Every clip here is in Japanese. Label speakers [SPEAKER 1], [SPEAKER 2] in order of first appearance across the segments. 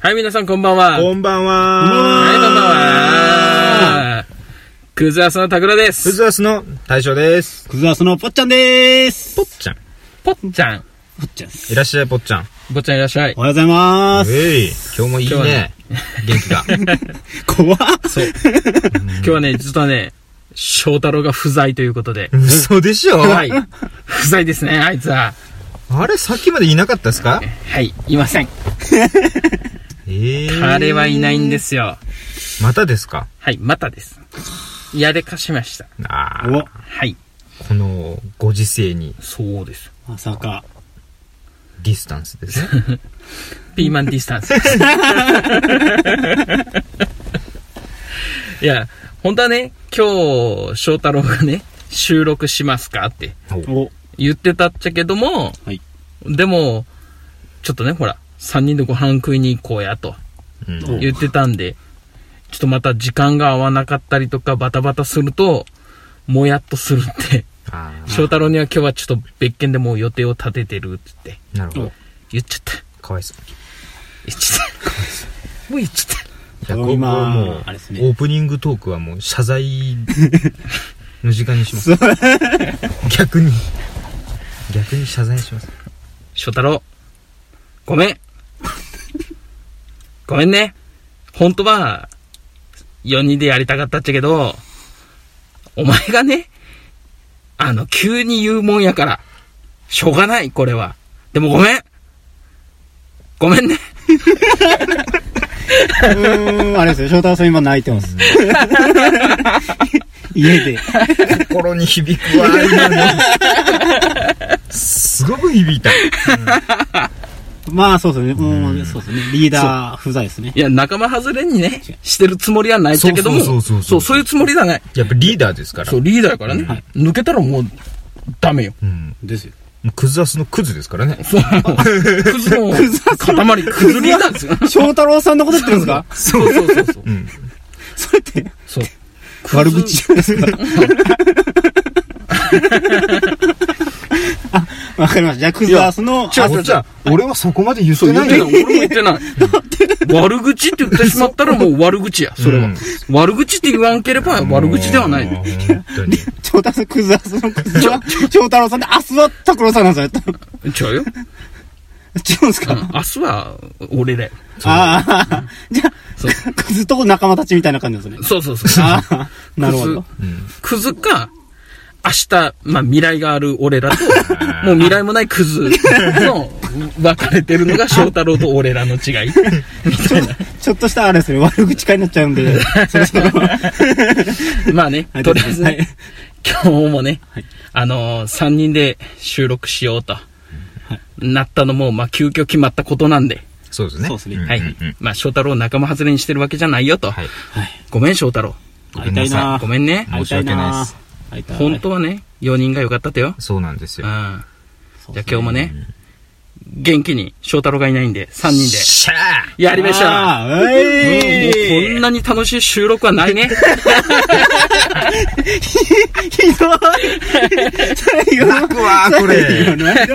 [SPEAKER 1] はい、皆さんこんばんは。はい、
[SPEAKER 2] こんばん
[SPEAKER 1] こんばん
[SPEAKER 2] は。
[SPEAKER 1] は。クズアスのタクラです。
[SPEAKER 2] フズアスの大将です。
[SPEAKER 3] クズアスのぽっちゃんでーす。
[SPEAKER 2] ぽっちゃん。
[SPEAKER 1] ぽっちゃん。
[SPEAKER 3] ぽっちゃんです。
[SPEAKER 2] いらっしゃい、ぽっちゃん。
[SPEAKER 1] ぽっちゃんいらっしゃい
[SPEAKER 3] お。はようございまーす。
[SPEAKER 2] えい。今日もいい
[SPEAKER 1] 今日は
[SPEAKER 2] ね
[SPEAKER 1] ね。
[SPEAKER 2] 元気が。
[SPEAKER 3] 怖っ。
[SPEAKER 1] そう。 今日はね、実はね、翔太郎が不在ということで。
[SPEAKER 2] 嘘でしょ
[SPEAKER 1] はい。不在ですね、あいつは。
[SPEAKER 2] あれ、さっきまでいなかったですか
[SPEAKER 1] はい、いません。
[SPEAKER 2] ええ。
[SPEAKER 1] 彼はいないんですよ。
[SPEAKER 2] す。またですか
[SPEAKER 1] はい、またです。やれかしました。
[SPEAKER 2] ああ、
[SPEAKER 3] お、
[SPEAKER 1] はい。
[SPEAKER 2] このご時世に
[SPEAKER 1] そうです。
[SPEAKER 3] まさか。
[SPEAKER 2] ディスタンスです ね。
[SPEAKER 1] ピーマンディスタンス。 いや、本当はね、今日、翔太郎がね、収録しますかって
[SPEAKER 2] お
[SPEAKER 3] お、
[SPEAKER 1] 言ってたっちゃけども、
[SPEAKER 3] はい
[SPEAKER 1] でも、ちょっとね、ほら、3人でご飯食いに行こうやと
[SPEAKER 2] うん
[SPEAKER 3] お
[SPEAKER 1] 言ってたんで、ちょっとまた時間が合わなかったりとか、バタバタすると、もやっとするって、
[SPEAKER 2] あ
[SPEAKER 1] 翔太郎には今日はちょっと別件でもう予定を立ててるって言って、
[SPEAKER 2] あ、なるほど。
[SPEAKER 1] 言っちゃった。
[SPEAKER 2] かわいそう。
[SPEAKER 1] 言っちゃった。もう言っちゃった。
[SPEAKER 2] いや
[SPEAKER 3] これ今
[SPEAKER 2] ここもう
[SPEAKER 3] あれですね
[SPEAKER 2] オープニングトークはもう謝罪の時間にします。逆に。逆に謝罪します。
[SPEAKER 1] 翔太郎、ごめん。 ごめんね。本当は、4人でやりたかったっちゃけど、お前がね、あの、急に言うもんやから、しょうがない、これは。でもごめん。ごめんね。
[SPEAKER 3] うーん、あれですよ、翔太さん今泣い てます。家で。
[SPEAKER 2] 心に響くわ、今のすごく響いた。
[SPEAKER 3] まあ、そうですね。もう、そうですね。リーダー不在ですね。
[SPEAKER 1] いや、仲間外れにね、してるつもりはないっちゃけども、
[SPEAKER 2] そうそうそうそう
[SPEAKER 1] そう、そういうつもりじゃない。
[SPEAKER 2] やっぱリーダーですから。
[SPEAKER 1] そう、リーダーやからね。
[SPEAKER 3] はい
[SPEAKER 1] 抜けたらもう、ダメよ。
[SPEAKER 2] うん。
[SPEAKER 3] ですよ。
[SPEAKER 2] もうクズアスのクズですからね。
[SPEAKER 1] そう、クズの塊、クズリーダーですよ。
[SPEAKER 3] 翔太郎さんのこと言ってるんですか
[SPEAKER 1] そうそうそうそう。
[SPEAKER 2] うん。
[SPEAKER 3] それって、
[SPEAKER 1] そう。
[SPEAKER 3] 悪口じゃないですか。 あ、わかりました。じゃあ、クズアスの、
[SPEAKER 2] じゃあ、じゃあ、俺はそこまで言っ
[SPEAKER 1] そう
[SPEAKER 2] て
[SPEAKER 1] 言っ
[SPEAKER 2] な
[SPEAKER 1] て
[SPEAKER 2] い
[SPEAKER 1] ない。俺
[SPEAKER 2] よ。
[SPEAKER 1] も言ってない。悪口って言ってしまったらもう悪口や、それは。
[SPEAKER 2] うん
[SPEAKER 1] 悪口って言わんければ悪口ではない。
[SPEAKER 2] もう本当に。
[SPEAKER 3] 翔太さん、クズアスのクズは、翔太郎さんで、明日は拓郎さんなんですよ。
[SPEAKER 1] 違うよ。
[SPEAKER 3] 違うんですか、
[SPEAKER 1] 明日は俺だよ。
[SPEAKER 3] ああ、じゃ
[SPEAKER 1] そう
[SPEAKER 3] あ、クズと仲間たちみたいな感じなんですね。
[SPEAKER 1] そうそうそう。
[SPEAKER 3] ああ、なるほど。
[SPEAKER 1] クズか、明日、まあ未来がある俺らと、もう未来もないクズ の分かれてるのが翔太郎と俺らの 違い。
[SPEAKER 3] ちょっとしたあれですね、悪口会になっちゃうん で、そろそろ。
[SPEAKER 1] まあね
[SPEAKER 3] は、い
[SPEAKER 1] とりあえずね、
[SPEAKER 3] はい
[SPEAKER 1] 今日もね、あのー、3人で収録しようと、なったのも、まあ、急遽決まったことなんで、
[SPEAKER 2] そうですね。
[SPEAKER 3] そうですね
[SPEAKER 2] ん
[SPEAKER 1] はい。
[SPEAKER 2] うんうん
[SPEAKER 1] まあ、翔太郎を仲間外れにしてるわけじゃないよと。
[SPEAKER 2] はい。
[SPEAKER 3] はい。
[SPEAKER 1] ごめん、翔太郎。
[SPEAKER 3] 会いたいな
[SPEAKER 1] ごめんね。
[SPEAKER 2] はい
[SPEAKER 3] 会いたいな会いたい。
[SPEAKER 1] 本当はね、4人が良かったとよ。
[SPEAKER 2] そうなんです
[SPEAKER 1] うん。
[SPEAKER 2] よ
[SPEAKER 1] じ。ゃあ今日もね、元気に翔太郎がいないんで、3人で。
[SPEAKER 2] しゃあ
[SPEAKER 1] やりましょう。
[SPEAKER 3] ああ、
[SPEAKER 1] うんも
[SPEAKER 3] え
[SPEAKER 1] う
[SPEAKER 3] い
[SPEAKER 1] こんなに楽しい収録はないね。
[SPEAKER 3] ひどい最後
[SPEAKER 2] 泣くわ、これ。これ泣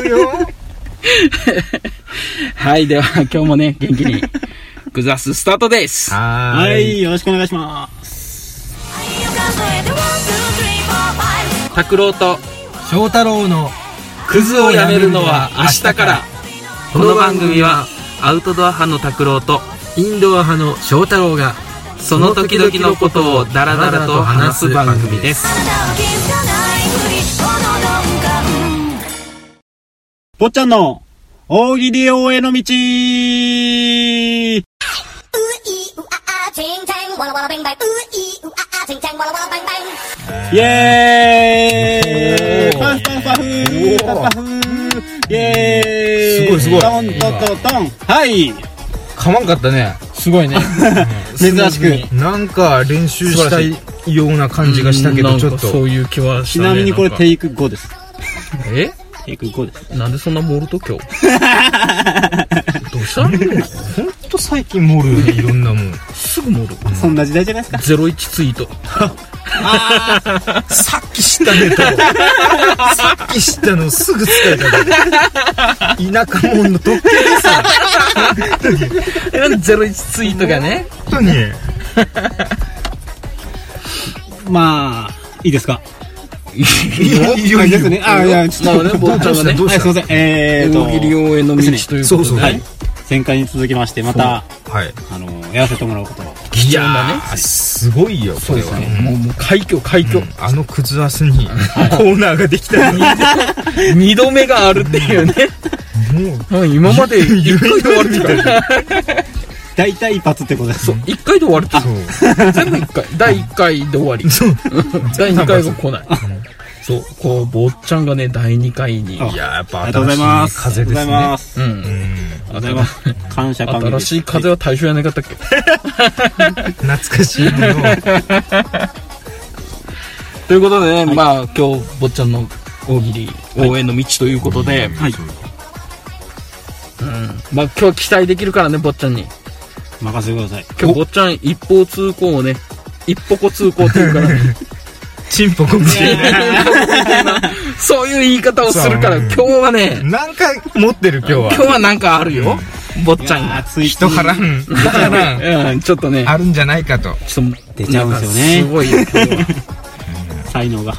[SPEAKER 2] くよ。
[SPEAKER 1] はい、では今日もね、元気に、グザススタートです。
[SPEAKER 2] は
[SPEAKER 3] は
[SPEAKER 2] ーい。
[SPEAKER 3] い、よろしくお願いします。
[SPEAKER 1] 拓郎と
[SPEAKER 2] 翔太郎の
[SPEAKER 1] クズをやめるのは明日からこの番組はアウトドア派の拓郎と
[SPEAKER 4] インドア派の翔太郎が
[SPEAKER 1] その時々のことをダラダラと話す番組です
[SPEAKER 3] 坊ちゃんの、大喜利応援の道イエーイ
[SPEAKER 2] おー
[SPEAKER 3] パフパフパフーパフパフーイエーイ
[SPEAKER 2] すごいすごい
[SPEAKER 3] トントントントンはい
[SPEAKER 2] かまんかったね。
[SPEAKER 1] すごいね
[SPEAKER 3] 珍しく。
[SPEAKER 2] なんか練習したいような感じがしたけど、ちょっと。
[SPEAKER 1] そういう気はし
[SPEAKER 3] ちなみにこれテイク5です。
[SPEAKER 1] え
[SPEAKER 3] テイク5です。
[SPEAKER 1] なんでそんなモルト今日どうした
[SPEAKER 2] ほんと最近盛るよね、いろんなもん。
[SPEAKER 1] すぐモル
[SPEAKER 3] そんな時代じゃないですか。
[SPEAKER 1] ゼロイチツイート
[SPEAKER 2] さっき知ったネタをさっき知ったのをすぐ使えたね田舎者の特権ですよ
[SPEAKER 1] ゼロイチツイートがね。
[SPEAKER 2] 本当に
[SPEAKER 3] まあ、いいですか。
[SPEAKER 2] いいよいいよいいよ
[SPEAKER 3] ですね。あ、いや、ちょっと。
[SPEAKER 1] まあね坊ちゃんがね
[SPEAKER 2] どう
[SPEAKER 3] はい、
[SPEAKER 2] し
[SPEAKER 3] すい
[SPEAKER 2] た
[SPEAKER 3] ません。えーと、
[SPEAKER 1] 大喜利応援の道ということで。
[SPEAKER 2] そうそう
[SPEAKER 3] はい。前回に続きまして、また、
[SPEAKER 2] はい
[SPEAKER 3] あの、やらせてもらうことを。
[SPEAKER 1] 貴重なね
[SPEAKER 2] いやーすごいよこれは
[SPEAKER 1] もう、もう、快挙、快挙。
[SPEAKER 2] あのクズアスにコーナーができたのに
[SPEAKER 1] 二度目があるっていうね。
[SPEAKER 2] もう
[SPEAKER 1] うん今まで一回で終わるみたいな。
[SPEAKER 3] 大体一発ってことです。そう。
[SPEAKER 1] 一回で終わるって
[SPEAKER 2] そう
[SPEAKER 1] 全部一回。第一回で終わり。第二回が来ない。そう、こう、坊ちゃんがね、第二回に。
[SPEAKER 3] あ
[SPEAKER 2] いやーやっぱ
[SPEAKER 3] ありがとうございます。
[SPEAKER 2] 新しい風
[SPEAKER 3] あ
[SPEAKER 2] で
[SPEAKER 3] りがとうござ
[SPEAKER 2] すね
[SPEAKER 3] います。
[SPEAKER 1] うん。
[SPEAKER 3] ありがとうございます。感謝感激
[SPEAKER 1] 新しい風は大衆やなかったっけ
[SPEAKER 2] 懐かしいもの
[SPEAKER 1] ということでね、まあ今日坊ちゃんの大喜利応援の道ということで、
[SPEAKER 3] はい。
[SPEAKER 1] まあ今日は期待できるからね坊ちゃんに
[SPEAKER 3] 任せてください。
[SPEAKER 1] 今日坊ちゃん一方通行をね一歩こ通行っていう から、ね、
[SPEAKER 2] チンポコみたいな
[SPEAKER 1] そういう言い方をするから
[SPEAKER 2] そう
[SPEAKER 1] 今日はね
[SPEAKER 2] 何回持ってる今日は
[SPEAKER 1] 今日はなんかあるよ坊ちゃんが
[SPEAKER 3] 熱い
[SPEAKER 2] 人波乱人波乱
[SPEAKER 1] うんちょっとね
[SPEAKER 2] あるんじゃないかと
[SPEAKER 1] ちょっと
[SPEAKER 3] 出ちゃうんですよ
[SPEAKER 1] なん
[SPEAKER 3] ね
[SPEAKER 1] かすごいよ今日は
[SPEAKER 3] 才能が。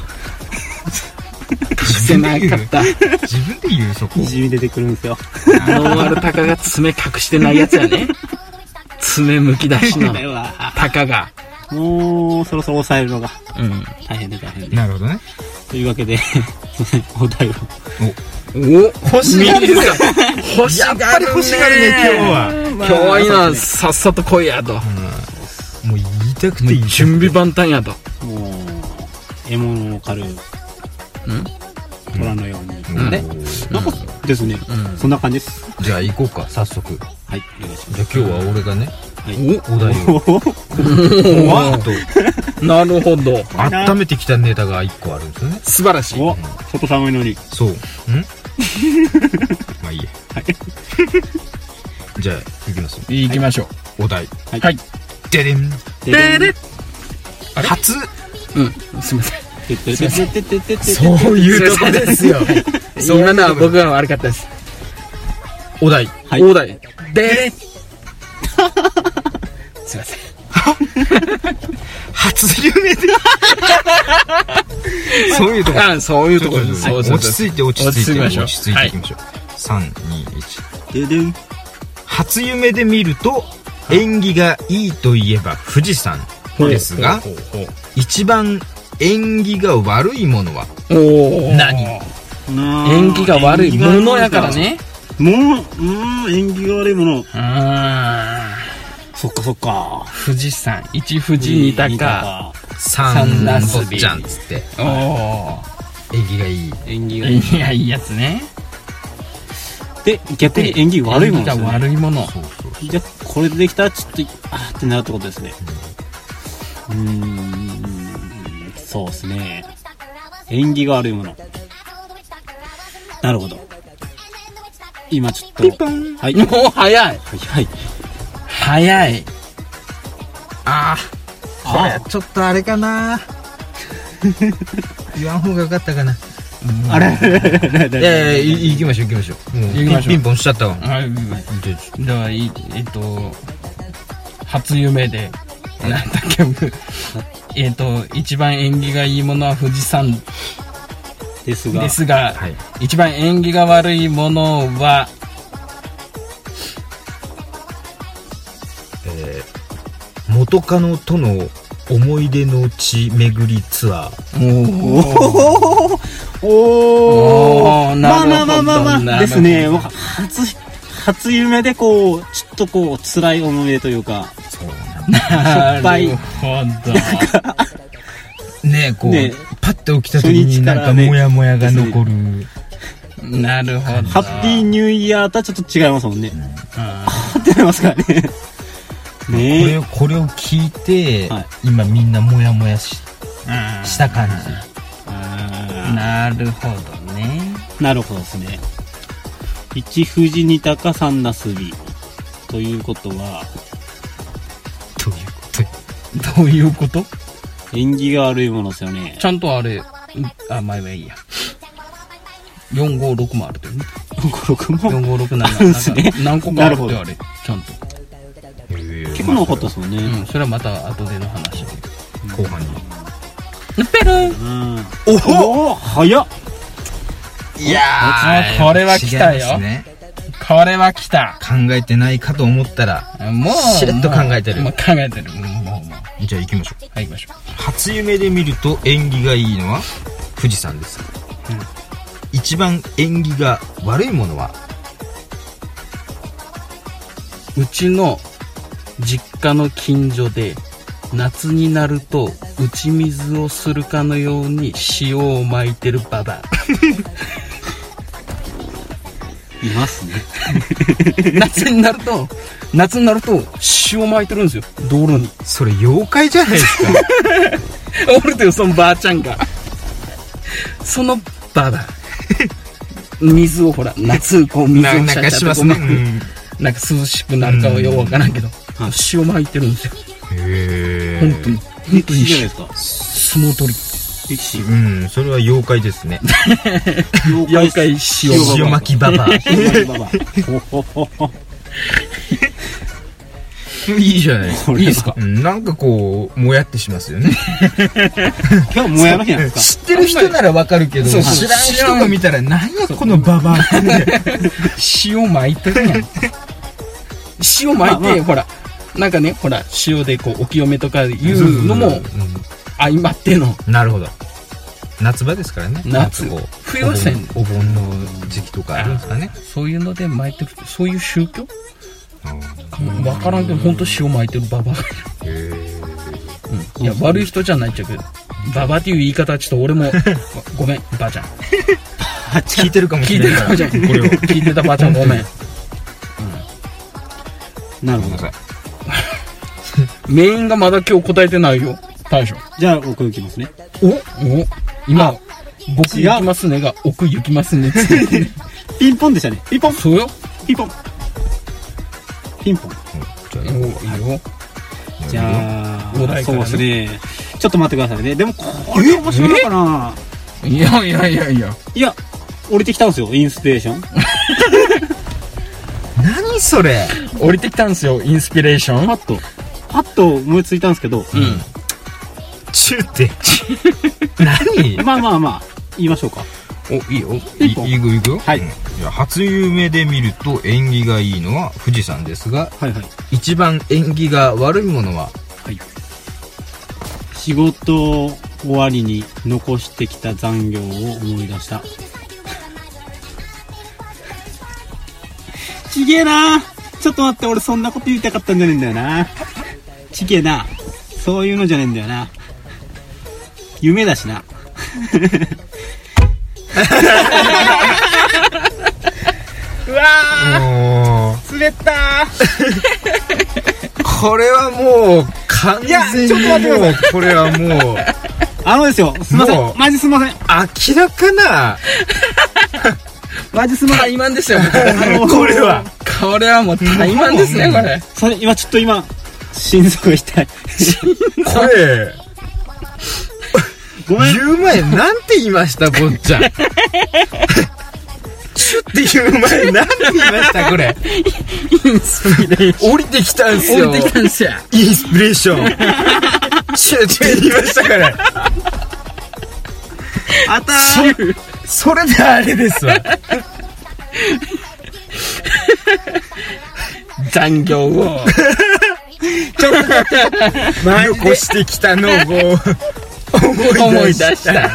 [SPEAKER 1] 隠せなか った
[SPEAKER 2] 自分で言うそこ
[SPEAKER 3] にじみ出てくるんですよ。
[SPEAKER 1] ノンアルタカが爪隠してないやつやね爪むき出し
[SPEAKER 3] こ
[SPEAKER 1] の
[SPEAKER 3] れは、
[SPEAKER 1] タカが
[SPEAKER 3] もう、そろそろ抑えるのが
[SPEAKER 1] う
[SPEAKER 3] 大変で大変で。
[SPEAKER 2] なるほどね
[SPEAKER 3] というわけで、すいませんお題を。
[SPEAKER 1] んお
[SPEAKER 2] 欲しがるね
[SPEAKER 1] 右ですか欲しが
[SPEAKER 2] や
[SPEAKER 1] る
[SPEAKER 2] っ
[SPEAKER 1] ね
[SPEAKER 2] ぱり欲しがるね今日は
[SPEAKER 1] 今日はいいな、さっさと来いやと。
[SPEAKER 2] もう言いたくて言いたくて
[SPEAKER 1] 準備万端やと。
[SPEAKER 3] もう、獲物を狩る。虎のように。
[SPEAKER 2] うん
[SPEAKER 3] ね。なんか、ですね。そんな感じです。
[SPEAKER 2] じゃあ行こうか早速じゃ
[SPEAKER 3] はい、お願いし
[SPEAKER 2] あ今日は俺がねお題を
[SPEAKER 3] ます。
[SPEAKER 2] わっと
[SPEAKER 1] おなるほど。
[SPEAKER 2] 温めてきたネタが一個あるんですよね
[SPEAKER 1] 素晴らしい。
[SPEAKER 3] お、外寒いのに。
[SPEAKER 2] そう。ん まあいいや。じゃあ、行きますよ。
[SPEAKER 1] 行きましょ
[SPEAKER 2] お題。
[SPEAKER 3] はい
[SPEAKER 1] はい。
[SPEAKER 2] ででん。
[SPEAKER 1] う。でで
[SPEAKER 2] 初
[SPEAKER 1] うん、すみません。
[SPEAKER 3] てってってってってってって
[SPEAKER 2] そういうとこで すよ。
[SPEAKER 1] 今のは僕が悪かったです。
[SPEAKER 2] お題。
[SPEAKER 3] はい
[SPEAKER 1] 大台。でですみません。
[SPEAKER 2] 初夢で。 そういうとこ。
[SPEAKER 1] あそういうところです。
[SPEAKER 2] ちょ
[SPEAKER 1] そう
[SPEAKER 2] っ
[SPEAKER 1] そ
[SPEAKER 2] と
[SPEAKER 1] う
[SPEAKER 2] 落
[SPEAKER 1] そう
[SPEAKER 2] ち着いて落ち着い
[SPEAKER 1] 落ち着き
[SPEAKER 2] て
[SPEAKER 1] ましょう
[SPEAKER 2] 落ち着いていきましょう。3、2、1。
[SPEAKER 3] ででん。
[SPEAKER 2] 初夢で見ると、縁起がいいといえば富士山ですが、一番縁起が悪いものは
[SPEAKER 1] おお。
[SPEAKER 2] 何
[SPEAKER 1] 縁起が悪いものやから。ね。
[SPEAKER 3] もう、うん、縁起が悪いもの。
[SPEAKER 1] あ
[SPEAKER 3] そっかそっか。
[SPEAKER 1] ー富士山。一富士二鷹。。
[SPEAKER 2] 三
[SPEAKER 1] ナス
[SPEAKER 2] ぼ
[SPEAKER 1] ビ
[SPEAKER 2] っちゃんっつって
[SPEAKER 1] おお。
[SPEAKER 2] 縁起がいい
[SPEAKER 3] 縁起がいい。
[SPEAKER 1] いや、いいやつね。
[SPEAKER 3] で、逆に縁起悪いもので
[SPEAKER 1] 縁
[SPEAKER 3] す
[SPEAKER 1] 起が
[SPEAKER 3] ね。
[SPEAKER 1] 悪いもの。
[SPEAKER 2] そうそう
[SPEAKER 3] じゃあ、これでできたらちょっと、あーってなるってことですね。うーん、そうですね。縁起が悪いもの。なるほど。今ちょっと。はい。
[SPEAKER 1] も
[SPEAKER 3] は
[SPEAKER 1] う早い。
[SPEAKER 3] い、はい。
[SPEAKER 1] 早い。
[SPEAKER 2] あ
[SPEAKER 3] あ
[SPEAKER 2] あちょっとあれ かな言わん方がよかったかな
[SPEAKER 3] あれ
[SPEAKER 2] いやいやい行きましょう行きましょうもう
[SPEAKER 1] 行きましょう
[SPEAKER 2] ピンピンポンしちゃったわ
[SPEAKER 1] はい。
[SPEAKER 2] じゃあちょ
[SPEAKER 1] では、いえっと、初夢で、なんだっけ、僕えっと、一番縁起がいいものは富士山
[SPEAKER 3] ですが
[SPEAKER 1] で。すが、
[SPEAKER 2] はい
[SPEAKER 1] 一番縁起が悪いものは、
[SPEAKER 2] えー元カノとの思い出の地巡りツアー
[SPEAKER 1] もう、
[SPEAKER 3] お
[SPEAKER 1] おー
[SPEAKER 3] お
[SPEAKER 1] なるほど
[SPEAKER 3] まあまあまあまあま
[SPEAKER 1] な
[SPEAKER 3] あ
[SPEAKER 1] るほ
[SPEAKER 3] です
[SPEAKER 1] ど
[SPEAKER 3] ねわ初初夢でこうちょっとこう辛い思い出というか
[SPEAKER 1] な
[SPEAKER 3] っぱい
[SPEAKER 1] るほど。
[SPEAKER 2] ねえこう
[SPEAKER 3] ねえ
[SPEAKER 2] パッと起きた時
[SPEAKER 3] 初
[SPEAKER 2] に
[SPEAKER 3] 日か
[SPEAKER 2] な
[SPEAKER 3] ら
[SPEAKER 2] んか
[SPEAKER 3] ね
[SPEAKER 2] モヤモヤが残る
[SPEAKER 1] なるほど。
[SPEAKER 3] ハッピーニューイヤーとはちょっと違いますもんね
[SPEAKER 1] うん
[SPEAKER 3] ってなりますからね
[SPEAKER 2] これ
[SPEAKER 3] ね
[SPEAKER 2] をこれを聞いて
[SPEAKER 3] はい
[SPEAKER 2] 今みんなモヤモヤし
[SPEAKER 1] うん
[SPEAKER 2] した感じ
[SPEAKER 1] なるほどね。
[SPEAKER 3] えなるほどですね一富士二鷹三なすびということは
[SPEAKER 2] ということ
[SPEAKER 1] ど
[SPEAKER 2] で
[SPEAKER 1] ういうこと
[SPEAKER 3] 縁起が悪いものですよね
[SPEAKER 1] ち。ゃんとあれ、うんあ、前はいいや。456もあるというね。
[SPEAKER 3] 56も。
[SPEAKER 1] 4567
[SPEAKER 3] あるんすね
[SPEAKER 1] 何個かあるっ
[SPEAKER 3] な
[SPEAKER 1] てあ
[SPEAKER 3] るほ
[SPEAKER 1] れ、ちゃんと。
[SPEAKER 3] 結構なかったですもんね。
[SPEAKER 1] うん、それはまた後での話で。
[SPEAKER 2] 後半に。
[SPEAKER 1] ペルン
[SPEAKER 3] うん。
[SPEAKER 2] お
[SPEAKER 3] おお早っ
[SPEAKER 2] いや
[SPEAKER 1] あこれは来たよ
[SPEAKER 2] 違いますね
[SPEAKER 1] これは来た。
[SPEAKER 2] 考えてないかと思ったら、
[SPEAKER 1] もう。
[SPEAKER 2] しれっと考えてる
[SPEAKER 1] もうもう考えてる。もう、もう、もう。
[SPEAKER 2] じゃあ行きましょう。
[SPEAKER 1] はい、行きましょ
[SPEAKER 2] 初夢で見ると縁起がいいのは富士山です、一番縁起が悪いものは
[SPEAKER 1] う。うちの実家の近所で、夏になると打ち水をするかのように塩を撒いてるバ バ
[SPEAKER 3] いますね。
[SPEAKER 1] ア夏になると夏になると塩撒いてるんですよ道路に
[SPEAKER 2] それ妖怪じゃないですか
[SPEAKER 1] おるとよそのばあちゃんがそのババア水をほら夏こう水
[SPEAKER 2] な
[SPEAKER 1] を
[SPEAKER 2] なんかしますね、うん
[SPEAKER 1] なんか涼しくなるかはよくわからんけど、塩撒いてるんですよ。
[SPEAKER 2] へ
[SPEAKER 1] 本当に
[SPEAKER 2] え。
[SPEAKER 1] 本当に
[SPEAKER 3] いいじゃないですか。
[SPEAKER 1] 相撲取
[SPEAKER 3] 力士。
[SPEAKER 2] うんそれは妖怪ですね
[SPEAKER 1] り。妖怪塩
[SPEAKER 3] ババア
[SPEAKER 2] 塩巻きバ バア
[SPEAKER 3] 妖怪ババアほほほほ
[SPEAKER 2] いいじゃないですか
[SPEAKER 3] これ
[SPEAKER 1] いいですか
[SPEAKER 2] うんなんかこうもやってしますよね
[SPEAKER 3] 今日もやらへんやんか。
[SPEAKER 2] 知ってる人ならわかるけど
[SPEAKER 1] そうそう
[SPEAKER 2] 知らん人が見たら何やこのババアって
[SPEAKER 1] 塩撒いてるやん。塩撒いて、
[SPEAKER 3] まあまあ
[SPEAKER 1] ほら、なんかね、ほら、塩でこう、お清めとかいうのも相まっての、
[SPEAKER 2] なるほど夏場ですからね
[SPEAKER 1] 夏
[SPEAKER 2] なんかこう
[SPEAKER 1] 冬はせん
[SPEAKER 2] お盆お盆の時期とかあるんですかね
[SPEAKER 1] そういうので撒いてる、そういう宗教
[SPEAKER 2] うん
[SPEAKER 1] わからんけど、ほんと塩撒いてるババア。
[SPEAKER 2] へえ
[SPEAKER 1] いや、悪い人じゃないっちゃうけど、ババアっていう言い方はちょっと俺も、ごめん、ばあちゃん。
[SPEAKER 2] 聞いてるかも
[SPEAKER 1] 聞
[SPEAKER 2] し
[SPEAKER 1] い
[SPEAKER 2] れ
[SPEAKER 1] て
[SPEAKER 2] な
[SPEAKER 1] た
[SPEAKER 2] い
[SPEAKER 1] ば
[SPEAKER 2] か
[SPEAKER 1] あ
[SPEAKER 2] ら
[SPEAKER 1] ちゃん。聞いてたばあちゃん、ご めん。
[SPEAKER 3] なる
[SPEAKER 2] ごめん
[SPEAKER 3] ほ
[SPEAKER 2] な
[SPEAKER 3] ど
[SPEAKER 2] さ。い
[SPEAKER 1] メインがまだ今日答えてないよ。大将。
[SPEAKER 3] じゃあ、僕行きますね。
[SPEAKER 1] おお今、僕行きますねが、奥行きますねっつって。
[SPEAKER 3] ピンポンでしたね。ピンポン
[SPEAKER 1] そうよ。
[SPEAKER 3] ピンポンピンポン。
[SPEAKER 2] じゃあ
[SPEAKER 1] おいいよ。
[SPEAKER 3] じゃ
[SPEAKER 1] お題か
[SPEAKER 3] あ、そ
[SPEAKER 1] ら
[SPEAKER 3] う
[SPEAKER 1] ね
[SPEAKER 3] ですね。ちょっと待ってくださいね。でも、これ面白いのかない
[SPEAKER 1] やいやいやいや。
[SPEAKER 3] いや、降りてきたんですよ、インスピレーション。
[SPEAKER 2] 何それ
[SPEAKER 1] 降りてきたんですよ、インスピレーション。
[SPEAKER 3] パッと、パッと思いついたんですけど、
[SPEAKER 1] う
[SPEAKER 2] チューって 何
[SPEAKER 3] まあまあまあ、言いましょうか。
[SPEAKER 1] ん。お、いいよ。
[SPEAKER 3] ピンポン
[SPEAKER 2] いいくいくよ
[SPEAKER 3] はい
[SPEAKER 2] うんいや初夢で見ると縁起がいいのは富士山ですが
[SPEAKER 3] はいはい。
[SPEAKER 2] 一番縁起が悪いものは
[SPEAKER 3] はい。仕事終わりに残してきた残業を思い出した。ちげえなちょっと待って、俺そんなこと言いたかったんじゃねえんだよな。ちげえなそういうのじゃねえんだよな。夢だしな。
[SPEAKER 2] もう
[SPEAKER 3] 滑った
[SPEAKER 2] これはもう完全にもうこれはもう
[SPEAKER 3] あのですよ、すいませ
[SPEAKER 2] も
[SPEAKER 3] ん。
[SPEAKER 2] う
[SPEAKER 3] マジすいません。
[SPEAKER 2] 明らかな
[SPEAKER 3] マジすいませ
[SPEAKER 1] 怠
[SPEAKER 3] ん。
[SPEAKER 1] 慢ですよ。
[SPEAKER 3] あの
[SPEAKER 2] これは
[SPEAKER 1] これはもう怠慢ですね、これ。
[SPEAKER 3] それ、今ちょっと今、心臓が痛い。
[SPEAKER 2] これ
[SPEAKER 3] ごめん。
[SPEAKER 2] 言う前なんて言いました坊ちゃんチュって言う前なんて言いましたこれ
[SPEAKER 1] インスピレーシ
[SPEAKER 2] 降りてきたんす
[SPEAKER 1] ョン。
[SPEAKER 2] よ
[SPEAKER 1] 降りてきたんですよ。
[SPEAKER 2] インスピレーションチュって言いましたから
[SPEAKER 3] あた
[SPEAKER 2] それであれですわ
[SPEAKER 1] 残業を。
[SPEAKER 2] よこしてきたのを
[SPEAKER 1] 思
[SPEAKER 2] 思
[SPEAKER 1] い
[SPEAKER 2] い
[SPEAKER 1] 出
[SPEAKER 2] 出
[SPEAKER 1] し
[SPEAKER 2] した
[SPEAKER 1] た。
[SPEAKER 3] だ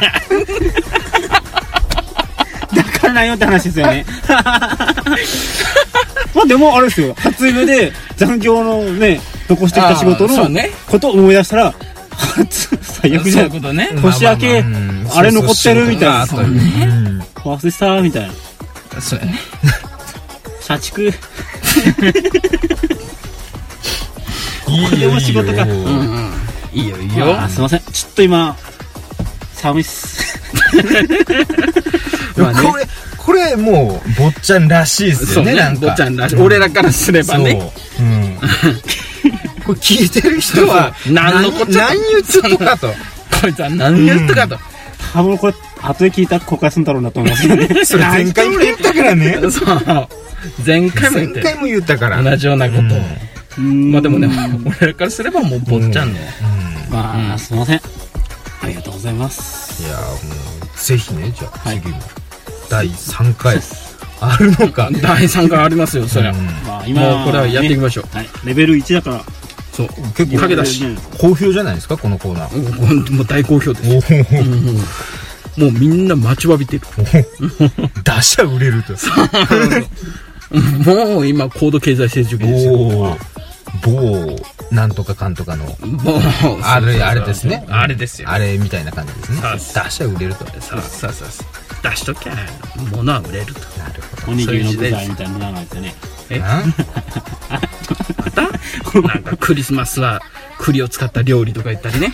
[SPEAKER 3] からなんよって話です よね。まあでも、あれですよ。初夢で残業のね、残してきた仕事
[SPEAKER 1] あーそう
[SPEAKER 3] の
[SPEAKER 1] ね
[SPEAKER 3] ことを思い出したら、初、最悪じ
[SPEAKER 1] そ
[SPEAKER 3] ゃ
[SPEAKER 1] うい
[SPEAKER 3] な
[SPEAKER 1] うこ
[SPEAKER 3] い
[SPEAKER 1] とね。
[SPEAKER 3] 年
[SPEAKER 2] まあまあ
[SPEAKER 3] 明け
[SPEAKER 2] まあうん
[SPEAKER 3] あれ残ってるみたいな
[SPEAKER 2] そうそう仕事があったりうん
[SPEAKER 3] 忘れてたみたいな。
[SPEAKER 1] そうやね。
[SPEAKER 3] 社畜。
[SPEAKER 2] いい
[SPEAKER 3] で
[SPEAKER 2] よ
[SPEAKER 3] も仕事
[SPEAKER 2] い
[SPEAKER 3] か
[SPEAKER 2] いよ
[SPEAKER 1] うんうん。いいよ、いいよ。
[SPEAKER 3] あー、すいません。ちょっと今、寒いっす。
[SPEAKER 1] まあね
[SPEAKER 2] これこれもう坊ちゃんらしいです
[SPEAKER 1] そう
[SPEAKER 2] よね
[SPEAKER 1] ね
[SPEAKER 2] なん、か
[SPEAKER 1] 坊ちゃんらしい。俺らからすればね。
[SPEAKER 2] そううんこれ聞いてる人は
[SPEAKER 1] 何のこっちゃ
[SPEAKER 2] 何言ってとかと
[SPEAKER 1] こいつは何言ったかと。
[SPEAKER 3] 多分これ、後で聞いたら後悔するんだろうなと思いますけど ね。
[SPEAKER 2] それ前回も言ったからね
[SPEAKER 1] そう。前回も言って
[SPEAKER 2] 前回も言ったから
[SPEAKER 1] 同じようなことを。
[SPEAKER 3] うん
[SPEAKER 1] まあでもね、俺らからすればもう坊ちゃんの。
[SPEAKER 3] まあ、すいません。ありがとうございます。
[SPEAKER 2] いやもうぜひねじゃあ
[SPEAKER 3] はい
[SPEAKER 2] 次も第3回あるのか
[SPEAKER 1] 第3回ありますよ、そりゃ。
[SPEAKER 2] うん
[SPEAKER 3] まあ、
[SPEAKER 1] もうこれはやっていき
[SPEAKER 3] ま
[SPEAKER 1] ましょう。
[SPEAKER 3] す。はい。レベル1だから。
[SPEAKER 1] そう。
[SPEAKER 2] 結構
[SPEAKER 1] かけたし
[SPEAKER 2] 好評じゃないですかこのコーナー
[SPEAKER 1] うんもう大好評です。
[SPEAKER 2] おお
[SPEAKER 1] うんうんもうみんな待ちわびてる。
[SPEAKER 2] 打者売れると
[SPEAKER 1] もう今、高度経済成熟期ですよ。
[SPEAKER 2] おお某なんとかかんとかの
[SPEAKER 1] もう、
[SPEAKER 2] あれあれですね
[SPEAKER 1] あれですよ。
[SPEAKER 2] あれみたいな感じですね
[SPEAKER 1] さす
[SPEAKER 2] 打者売れると
[SPEAKER 1] さあさあさあさあ出しときゃ物は売れ ると
[SPEAKER 2] なるほど
[SPEAKER 3] おにぎりの具材みたいなの流れてね。
[SPEAKER 1] え
[SPEAKER 2] な
[SPEAKER 1] またなんかクリスマスは栗を使った料理とか言ったりね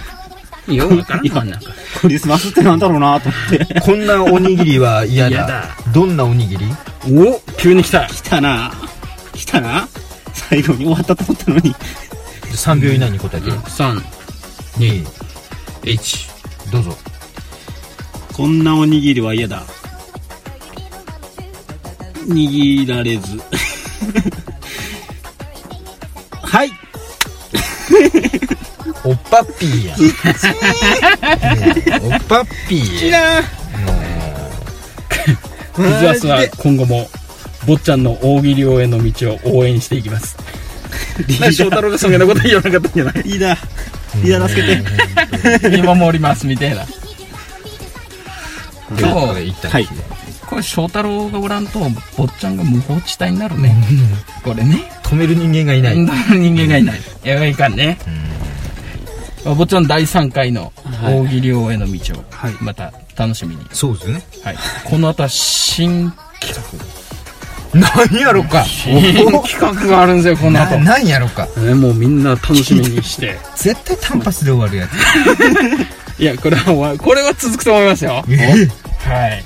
[SPEAKER 1] ようわからんわなんか
[SPEAKER 3] クリスマスってなんだろうなと思って。
[SPEAKER 2] こんなおにぎりは嫌だ
[SPEAKER 1] 嫌だ
[SPEAKER 2] どんなおにぎり
[SPEAKER 1] お急に来た
[SPEAKER 3] 来たな来たな最後に終わったと思ったのに。
[SPEAKER 2] 3秒以内に答えて、
[SPEAKER 1] 321
[SPEAKER 2] どうぞ
[SPEAKER 3] こんなおにぎりは嫌だ。握られず。 はい
[SPEAKER 2] おっぱっぴーやんねえおっぱっぴーや
[SPEAKER 1] クズアスは今後も坊ちゃんの大喜利応援の道を応援していきます
[SPEAKER 3] リ
[SPEAKER 1] なんで翔
[SPEAKER 3] ーダ
[SPEAKER 1] 太郎がそんなこと言わなかったんじゃな
[SPEAKER 3] ー、リーダー、リーダー助けて。
[SPEAKER 1] い見守りますみたいな
[SPEAKER 2] ということで一旦
[SPEAKER 3] はい。
[SPEAKER 1] これ翔太郎がおらんと坊ちゃんが無法地帯になるねこれね
[SPEAKER 2] 止める人間がいない、
[SPEAKER 1] 人間がいないいやいかんねまあ坊ちゃん第3回の大喜利王への道を
[SPEAKER 3] はい
[SPEAKER 1] また楽しみに、
[SPEAKER 2] そうですね
[SPEAKER 1] はい、この後は新企
[SPEAKER 2] 何やろか
[SPEAKER 1] 画企画があるんですよこの後
[SPEAKER 2] な何やろか
[SPEAKER 1] えもうみんな楽しみにして
[SPEAKER 2] 絶対単発で終わるやつ
[SPEAKER 1] いやこれは終わこれは続くと思いますよ
[SPEAKER 2] え
[SPEAKER 1] はい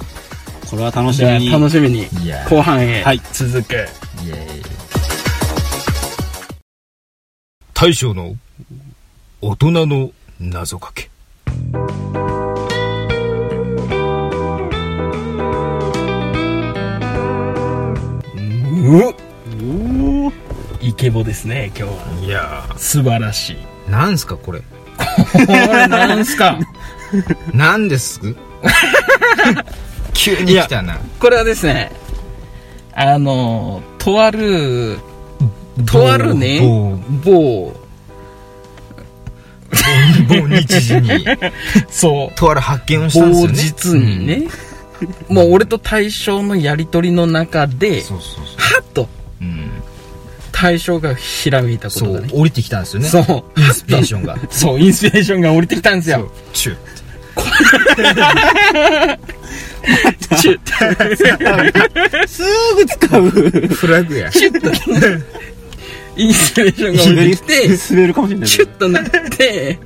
[SPEAKER 3] これは楽し
[SPEAKER 1] じゃあ
[SPEAKER 3] みに。
[SPEAKER 1] 楽しみに
[SPEAKER 2] いや
[SPEAKER 1] 後半へ
[SPEAKER 3] はい
[SPEAKER 1] 続く、
[SPEAKER 2] イエーイ大将の大人の謎かけ
[SPEAKER 1] うおイケボですね今日はい
[SPEAKER 2] やー
[SPEAKER 1] 素晴らしい
[SPEAKER 2] なんすかこれ
[SPEAKER 1] これなんすか
[SPEAKER 2] なんです 急に来たな
[SPEAKER 1] これはですねあのとあるとあるね
[SPEAKER 2] 某
[SPEAKER 1] 某
[SPEAKER 2] 某某日時に
[SPEAKER 1] そう
[SPEAKER 2] とある発見をしたんです
[SPEAKER 1] 当
[SPEAKER 2] よね
[SPEAKER 1] 日にね、 もう俺と大将のやり取りの中で
[SPEAKER 2] そうそうそう、
[SPEAKER 1] はっと
[SPEAKER 2] うん、
[SPEAKER 1] 大将がひらめいたこ
[SPEAKER 2] そ
[SPEAKER 1] とが
[SPEAKER 2] う
[SPEAKER 1] ね
[SPEAKER 2] 降りてきたんですよね
[SPEAKER 1] そう
[SPEAKER 2] インスピレーション が
[SPEAKER 1] そうインスピレーションが降りてきたんですよ
[SPEAKER 2] チュ
[SPEAKER 1] チュッ
[SPEAKER 3] すぐ使う。
[SPEAKER 2] フラグや
[SPEAKER 1] チュッと インスピレーションが降
[SPEAKER 3] 滑
[SPEAKER 1] り
[SPEAKER 3] る
[SPEAKER 1] てき て
[SPEAKER 3] 滑るかもしれないけ
[SPEAKER 1] チュ
[SPEAKER 3] ど。
[SPEAKER 1] ッとなって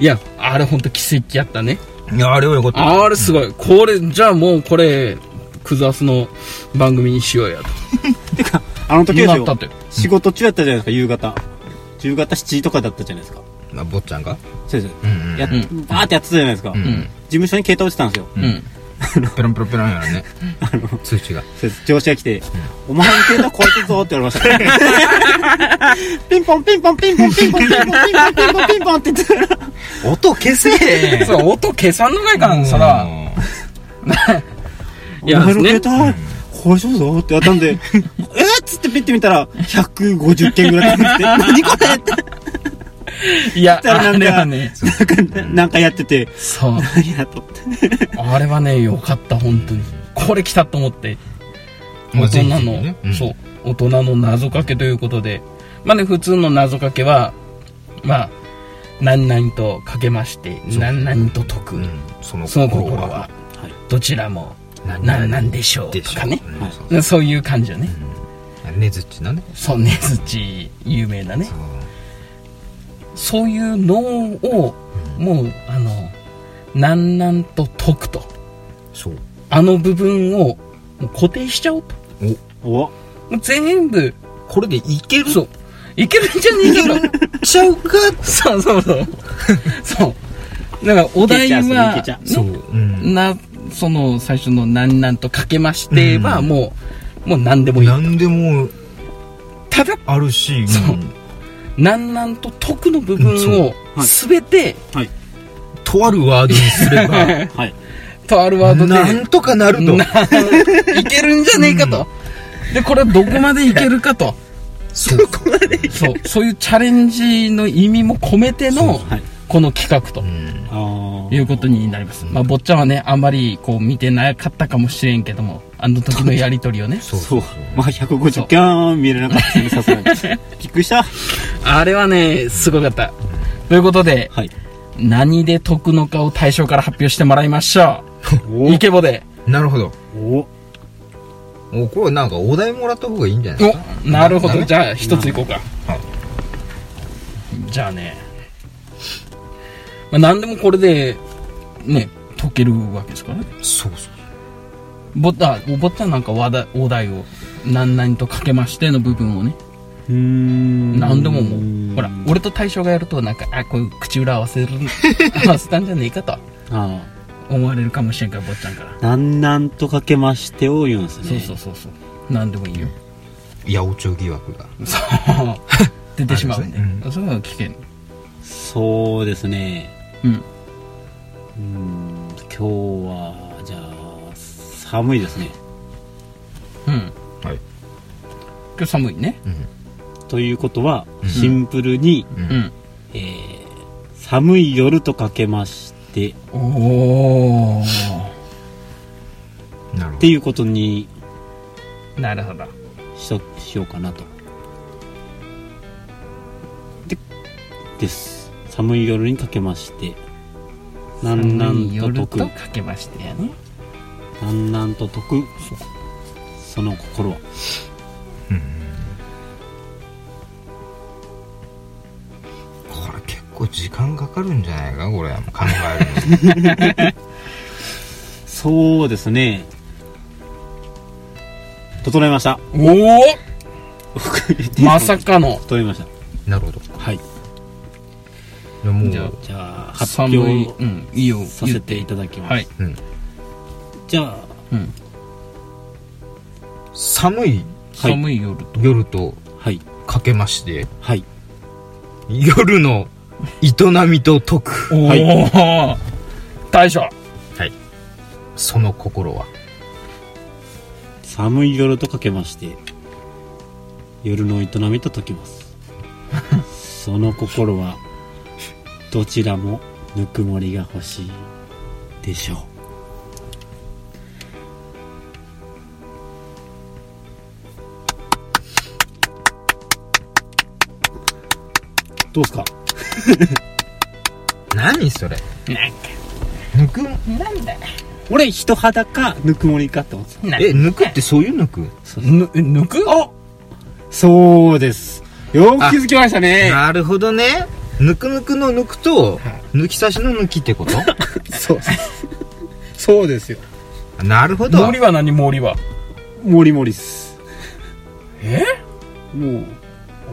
[SPEAKER 1] いやあれほんと奇跡やったね
[SPEAKER 2] いやあれはよかった
[SPEAKER 1] あれすごいこれじゃあもうこれクズアスの番組にしようやと
[SPEAKER 3] てか、あの時です
[SPEAKER 1] な
[SPEAKER 3] よ
[SPEAKER 1] ったって
[SPEAKER 3] 仕事中やったじゃないですか、夕方。夕方7時とかだったじゃないですか。
[SPEAKER 2] まあ坊ちゃんが
[SPEAKER 3] そうです。
[SPEAKER 2] うんうん
[SPEAKER 3] やっ
[SPEAKER 1] うん
[SPEAKER 3] バーってやってたじゃないですか。
[SPEAKER 2] う
[SPEAKER 1] うんん
[SPEAKER 2] う
[SPEAKER 3] 事務所に携帯落ちてたんですよ。
[SPEAKER 1] うん
[SPEAKER 2] んペロンペロンペロンやら ね通知が
[SPEAKER 3] そうです上司が来て、お前の携帯壊れてるぞって言われました。ピンポンピンポンピンポンピンポンピンポンピンポンピンポンピンポンって言ってたら、
[SPEAKER 2] 音消せ
[SPEAKER 1] そう音消さんのがいかんそら
[SPEAKER 3] お
[SPEAKER 1] いや
[SPEAKER 3] 前の
[SPEAKER 1] ね
[SPEAKER 3] 携帯壊れてるぞって言われたんで、えっつってピッて見たら、150件ぐらい来て、何これって
[SPEAKER 1] いや
[SPEAKER 3] たらなんか
[SPEAKER 1] あれはね
[SPEAKER 3] なんか、なんかやってて、
[SPEAKER 1] そう
[SPEAKER 3] 何やと思って。
[SPEAKER 1] あれはね、良かった、本当に。これ来たと思って。
[SPEAKER 2] ま
[SPEAKER 1] 大
[SPEAKER 2] あぜ
[SPEAKER 1] 人
[SPEAKER 2] ひぜ
[SPEAKER 1] の、
[SPEAKER 2] ひねうん
[SPEAKER 1] そう、大人の謎かけということで。まあね、普通の謎かけは、まあ、何々とかけまして、
[SPEAKER 2] そう
[SPEAKER 1] 何々と解く。
[SPEAKER 2] うんその
[SPEAKER 1] その心
[SPEAKER 2] 心
[SPEAKER 1] は、
[SPEAKER 2] は
[SPEAKER 3] はい
[SPEAKER 1] どちらも何なんでしょうと
[SPEAKER 2] でし
[SPEAKER 1] か
[SPEAKER 2] ょ
[SPEAKER 1] ね。
[SPEAKER 2] うんそう
[SPEAKER 1] そういう感じよね。
[SPEAKER 2] ねずっちのね
[SPEAKER 1] そう、ねずち有名なね。そういうのを、もう、あの、何々と解くと。
[SPEAKER 2] そう
[SPEAKER 1] あの部分をもう固定しちゃおうと。
[SPEAKER 3] お
[SPEAKER 1] もう全部
[SPEAKER 2] これでいける
[SPEAKER 1] そう。イケメンじゃねえだろ
[SPEAKER 2] ちゃうか
[SPEAKER 1] そうそうそうそうだからお題は
[SPEAKER 3] イケちゃんイケち
[SPEAKER 2] そう、
[SPEAKER 1] ね
[SPEAKER 2] うん、
[SPEAKER 1] なその最初の「なんなん」とかけましては、
[SPEAKER 2] うん
[SPEAKER 1] もうもう何でもいい
[SPEAKER 2] 何でも
[SPEAKER 1] ただ
[SPEAKER 2] あるし、
[SPEAKER 1] そう
[SPEAKER 2] うん
[SPEAKER 1] 「なんなん」と「徳」の部
[SPEAKER 2] うんそ
[SPEAKER 1] 分
[SPEAKER 2] う
[SPEAKER 1] を
[SPEAKER 3] はい
[SPEAKER 1] 全て
[SPEAKER 3] はい。
[SPEAKER 2] とあるワードにすれば
[SPEAKER 3] はい。
[SPEAKER 1] とあるワードで
[SPEAKER 2] なんとかなると
[SPEAKER 1] な いけるんじゃねえかと、でこれはどこまでいけるかと
[SPEAKER 2] そう
[SPEAKER 1] そうそういうチャレンジの意味も込めての
[SPEAKER 3] はい。
[SPEAKER 1] この企画と
[SPEAKER 2] うん
[SPEAKER 3] あー
[SPEAKER 1] いうことになります、まあ、坊ちゃんはねあんまりこう見てなかったかもしれんけどもあの時のやり取りをね
[SPEAKER 2] そうそ
[SPEAKER 3] そうう。まあ、150ギャーン見れなかったですね、さすがに。びっくりした。
[SPEAKER 1] あれはねすごかったということで
[SPEAKER 3] はい。
[SPEAKER 1] 何で解くのかを対象から発表してもらいましょうイケボで
[SPEAKER 2] なるほど
[SPEAKER 3] お
[SPEAKER 2] おこれなんかお題もらった方がいいんじゃないですか
[SPEAKER 1] おなるほどじゃあ一ついこうか
[SPEAKER 2] はい
[SPEAKER 1] じゃあね、まあ、何でもこれでね解けるわけですからね
[SPEAKER 2] そうそう
[SPEAKER 1] ボタンボタンなんか話題お題を何々とかけましての部分をね
[SPEAKER 3] うーん。
[SPEAKER 1] 何でももうほら俺と大将がやるとなんかあこういう口裏合わ せる合わせたんじゃねえかと
[SPEAKER 3] あ
[SPEAKER 1] 思われるかもしれんから坊ちゃんから
[SPEAKER 3] あ。なんなんとかけましてを言うんですね。
[SPEAKER 1] そうそうそうそう何でもい いよ
[SPEAKER 2] 八百長疑惑が
[SPEAKER 1] そう出てしまうんで
[SPEAKER 2] ありますね
[SPEAKER 1] そういうのは危険
[SPEAKER 3] そうですね。
[SPEAKER 1] うん
[SPEAKER 3] うーん。今日は、じゃあ、寒いですね。
[SPEAKER 1] うん
[SPEAKER 2] はい
[SPEAKER 1] 今日寒いね
[SPEAKER 2] うん
[SPEAKER 3] ということは、
[SPEAKER 2] うん
[SPEAKER 3] シンプルに、
[SPEAKER 2] う
[SPEAKER 1] うんん
[SPEAKER 3] えー、寒い夜とかけまして、
[SPEAKER 1] おお
[SPEAKER 2] なる
[SPEAKER 3] っ
[SPEAKER 2] ほ
[SPEAKER 3] て
[SPEAKER 2] ど
[SPEAKER 3] いうことに
[SPEAKER 1] なるほど
[SPEAKER 3] しとしようかなとでです寒い夜にかけましてなんなんと
[SPEAKER 1] 夜
[SPEAKER 3] 解
[SPEAKER 1] と
[SPEAKER 3] く
[SPEAKER 1] かけましてやね
[SPEAKER 3] なんなんと解くその心は
[SPEAKER 2] これ結構時間かかるんじゃないかこれ考えるの
[SPEAKER 3] そうですね整えま した
[SPEAKER 1] おおまさかの
[SPEAKER 3] 整えました
[SPEAKER 2] なるほど
[SPEAKER 3] はい
[SPEAKER 2] でもう
[SPEAKER 1] じゃあ
[SPEAKER 3] じゃあ発
[SPEAKER 1] 寒い
[SPEAKER 3] 表
[SPEAKER 1] うんいいよ
[SPEAKER 3] させていただきます、
[SPEAKER 1] はい
[SPEAKER 2] うん
[SPEAKER 3] じゃあ
[SPEAKER 1] うん
[SPEAKER 2] 寒い
[SPEAKER 3] はい
[SPEAKER 1] 寒い夜と
[SPEAKER 2] 夜と
[SPEAKER 3] はい
[SPEAKER 2] かけまして
[SPEAKER 3] はい
[SPEAKER 2] 夜の営みと解く
[SPEAKER 1] おお、
[SPEAKER 3] はい
[SPEAKER 1] 大将
[SPEAKER 2] その心は
[SPEAKER 3] 寒い夜とかけまして夜の営みと解きます その心はどちらもぬくもりが欲しいでしょうどうすか
[SPEAKER 2] 何それ
[SPEAKER 1] なんか
[SPEAKER 2] 抜く
[SPEAKER 1] なんだ
[SPEAKER 3] 俺人肌かぬくもりかって思ってた
[SPEAKER 2] え抜くってそういう抜く
[SPEAKER 1] ぬ抜くお
[SPEAKER 3] そうですよく気づきましたね
[SPEAKER 2] なるほどねぬくぬくの抜くと抜き差しの抜きってこと
[SPEAKER 3] そうそうですよ
[SPEAKER 2] なるほど
[SPEAKER 1] 森は何森は
[SPEAKER 3] もりもりっす
[SPEAKER 1] え
[SPEAKER 3] も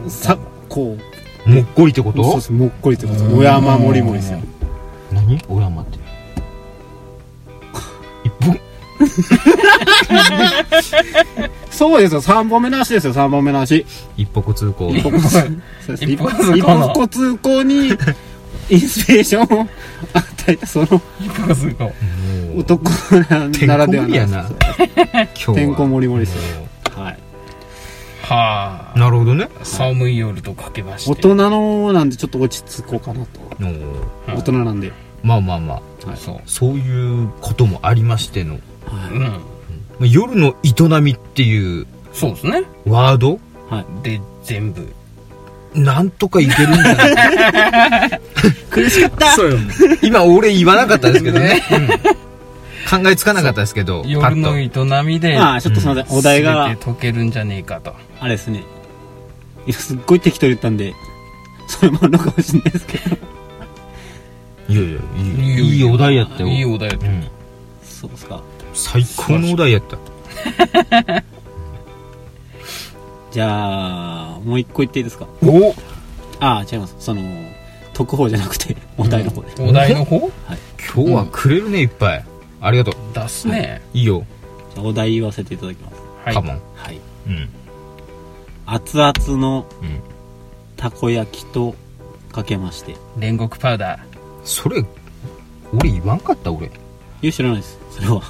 [SPEAKER 3] うさこう
[SPEAKER 2] もっこりってこ
[SPEAKER 3] そう
[SPEAKER 2] と
[SPEAKER 3] ですもっこりってこと
[SPEAKER 1] うん
[SPEAKER 3] お山もりもりですよ
[SPEAKER 2] 何お山って一本
[SPEAKER 3] そうですよ3本目の足ですよ3本目の足
[SPEAKER 2] 一歩通行
[SPEAKER 3] 一歩通そうです
[SPEAKER 1] 一
[SPEAKER 3] 一
[SPEAKER 1] 歩
[SPEAKER 3] 歩
[SPEAKER 1] 通行の
[SPEAKER 3] 一歩通行にインスピレーションを与えたその
[SPEAKER 1] すごい
[SPEAKER 2] もう
[SPEAKER 3] 男ならで
[SPEAKER 2] てん
[SPEAKER 3] は
[SPEAKER 2] こ盛りや
[SPEAKER 3] な
[SPEAKER 2] な今日は
[SPEAKER 3] てんこ盛り盛りです
[SPEAKER 2] も
[SPEAKER 3] はい
[SPEAKER 1] は
[SPEAKER 2] う
[SPEAKER 1] あ
[SPEAKER 2] なるほどね
[SPEAKER 1] 寒い夜とかけま
[SPEAKER 3] 大
[SPEAKER 1] して
[SPEAKER 3] 人のなんでちょっと落ち着こうかなと
[SPEAKER 2] おー
[SPEAKER 1] うん
[SPEAKER 3] 大人なんで
[SPEAKER 2] まあまあまあ
[SPEAKER 3] はい
[SPEAKER 1] そう
[SPEAKER 2] そういうこともありましての
[SPEAKER 1] う
[SPEAKER 3] は
[SPEAKER 1] ん
[SPEAKER 2] まあ夜の営みっていう
[SPEAKER 1] そうですね
[SPEAKER 2] ワード
[SPEAKER 3] いはい
[SPEAKER 1] で全部
[SPEAKER 2] なんとかいけるんじゃない
[SPEAKER 3] 苦しかった
[SPEAKER 1] そうよ
[SPEAKER 2] 今俺言わなかったですけどね、うん考えつかなかったですけどパ
[SPEAKER 1] 夜
[SPEAKER 2] ッと
[SPEAKER 1] の営みで
[SPEAKER 3] まあちょっとすみませんお題が
[SPEAKER 1] 全て解けるんじゃねえかと
[SPEAKER 3] あれですね。いや、すっごい適当に言ったんで、それもあるのかもしれないですけど。
[SPEAKER 2] いやいやいいいいお題やったよ
[SPEAKER 1] いいお題
[SPEAKER 2] うん
[SPEAKER 3] そうですか。
[SPEAKER 2] 最高のお題やった
[SPEAKER 3] じゃあ、もう一個言っていいですか
[SPEAKER 2] お
[SPEAKER 3] ああ、違います。その、特報じゃなくて、お題の方で。
[SPEAKER 1] お題の方
[SPEAKER 2] 今日はくれるねいっぱいありがとう
[SPEAKER 1] 出すね。
[SPEAKER 2] いいよ
[SPEAKER 3] じゃあお題言わせていただきます。
[SPEAKER 1] はい
[SPEAKER 2] カ。モン
[SPEAKER 3] はい。
[SPEAKER 2] うん
[SPEAKER 3] 熱々の
[SPEAKER 2] うん
[SPEAKER 3] たこ焼きとかけまして。
[SPEAKER 1] 煉獄パウダー。
[SPEAKER 2] それ俺言わんかった俺
[SPEAKER 3] いや、知らないです。それは。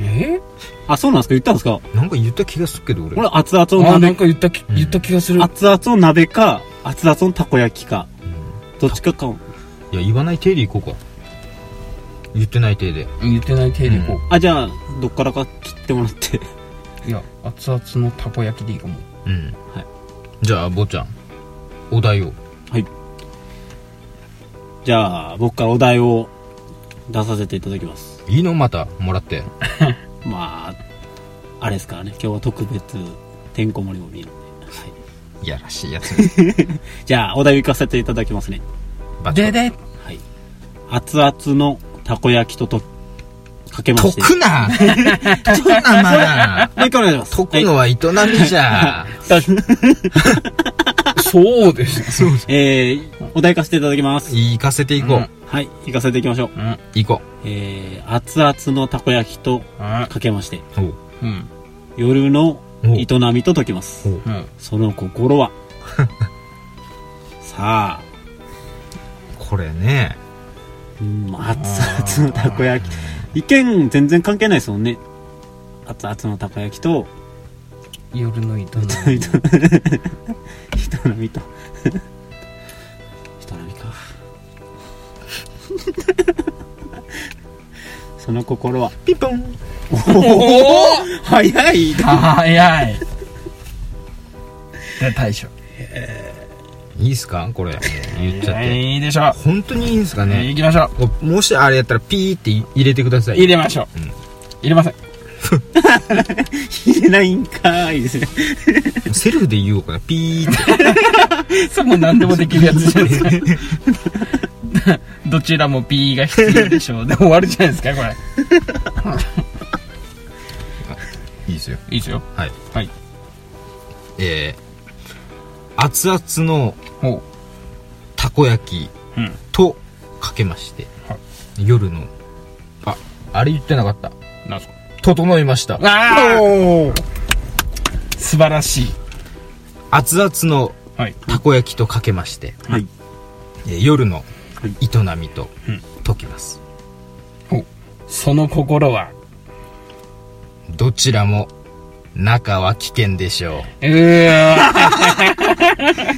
[SPEAKER 1] え
[SPEAKER 3] あ、そうなんですか言ったんですか
[SPEAKER 2] なんか言った気がするけど俺
[SPEAKER 3] 俺、熱々
[SPEAKER 1] ー、あ、な
[SPEAKER 3] の
[SPEAKER 1] ん
[SPEAKER 3] 鍋、
[SPEAKER 1] か言ったき、言った気がする。
[SPEAKER 3] 熱々の鍋か、熱々のたこ焼きか、どっちかかも。
[SPEAKER 2] いや言わない体でいこうか言ってない体で
[SPEAKER 1] 言ってない手でいこ
[SPEAKER 3] あ、じゃあ、どっからか切ってもらって。
[SPEAKER 1] う。いや、熱々のたこ焼きでいいかも。
[SPEAKER 2] うん
[SPEAKER 3] はい
[SPEAKER 2] じゃあ坊ちゃんお題を
[SPEAKER 3] じゃあ、僕からお題を出させていただきます。
[SPEAKER 2] いいのまたもらって
[SPEAKER 3] まあ、あれですからね、今日は特別、てんこ盛りも見るんで。はい。
[SPEAKER 2] いやらしいやつ
[SPEAKER 3] じゃあ、お題を行かせていただきますね。
[SPEAKER 2] バチコ
[SPEAKER 1] でで、
[SPEAKER 3] はい。熱々のたこ焼きとと、かけまして。
[SPEAKER 2] 得な得な まだ
[SPEAKER 3] はい、お願いします。
[SPEAKER 2] 得のは営みじゃ、
[SPEAKER 3] はい
[SPEAKER 1] そうです。
[SPEAKER 3] えー、お題行かせていただきます。
[SPEAKER 2] 行かせていこう、
[SPEAKER 1] うん
[SPEAKER 3] はい、行かせていきましょう。
[SPEAKER 1] うん、うん、
[SPEAKER 2] 行こ
[SPEAKER 3] えー、熱々のたこ焼きとかけまして、
[SPEAKER 2] うおう
[SPEAKER 1] うん、
[SPEAKER 3] 夜の
[SPEAKER 2] おう
[SPEAKER 3] 営みと解きます
[SPEAKER 2] お。
[SPEAKER 1] うん。
[SPEAKER 3] その心 はさあ、
[SPEAKER 2] これね
[SPEAKER 3] うん、熱々のたこ焼き。意見全然関係ないですもんね。熱々のたこ焼きと、
[SPEAKER 1] 夜の営み。
[SPEAKER 3] 人波と。人波か。 その心は、ピポン
[SPEAKER 1] おお
[SPEAKER 3] 早い
[SPEAKER 1] 早い。で、大将。
[SPEAKER 2] いいっすかこれもう言っちゃって
[SPEAKER 1] いいでしょう。
[SPEAKER 2] 本当にいいんすか
[SPEAKER 1] 行
[SPEAKER 2] ね
[SPEAKER 1] きましょう。
[SPEAKER 2] こうもしあれやったらピーって入れてください
[SPEAKER 1] 入れましょう。入れません。
[SPEAKER 3] 入れないんかーいですね。
[SPEAKER 2] セルフで言おうかなピーって
[SPEAKER 1] それも何でもできるやつじゃないですか。 どちらも B が必要でしょう。で終わるじゃないですか、これ。
[SPEAKER 2] いいですよ
[SPEAKER 1] いいですよ。
[SPEAKER 2] はい
[SPEAKER 1] はい。
[SPEAKER 2] えー、熱々の
[SPEAKER 1] ほ
[SPEAKER 2] たこ焼き
[SPEAKER 1] う。うん。
[SPEAKER 2] とかけまして、
[SPEAKER 1] はい
[SPEAKER 2] 夜のああれ言ってなかった
[SPEAKER 1] なんすか
[SPEAKER 2] 整いました
[SPEAKER 1] あお素晴らしい。
[SPEAKER 2] 熱々の
[SPEAKER 1] はい。
[SPEAKER 2] たこ焼きとかけまして、
[SPEAKER 3] はい。
[SPEAKER 2] えー夜の
[SPEAKER 3] はい
[SPEAKER 2] 営みと
[SPEAKER 1] うん
[SPEAKER 2] 解きます、
[SPEAKER 1] その心は、
[SPEAKER 2] どちらも中は危険でしょ
[SPEAKER 1] うー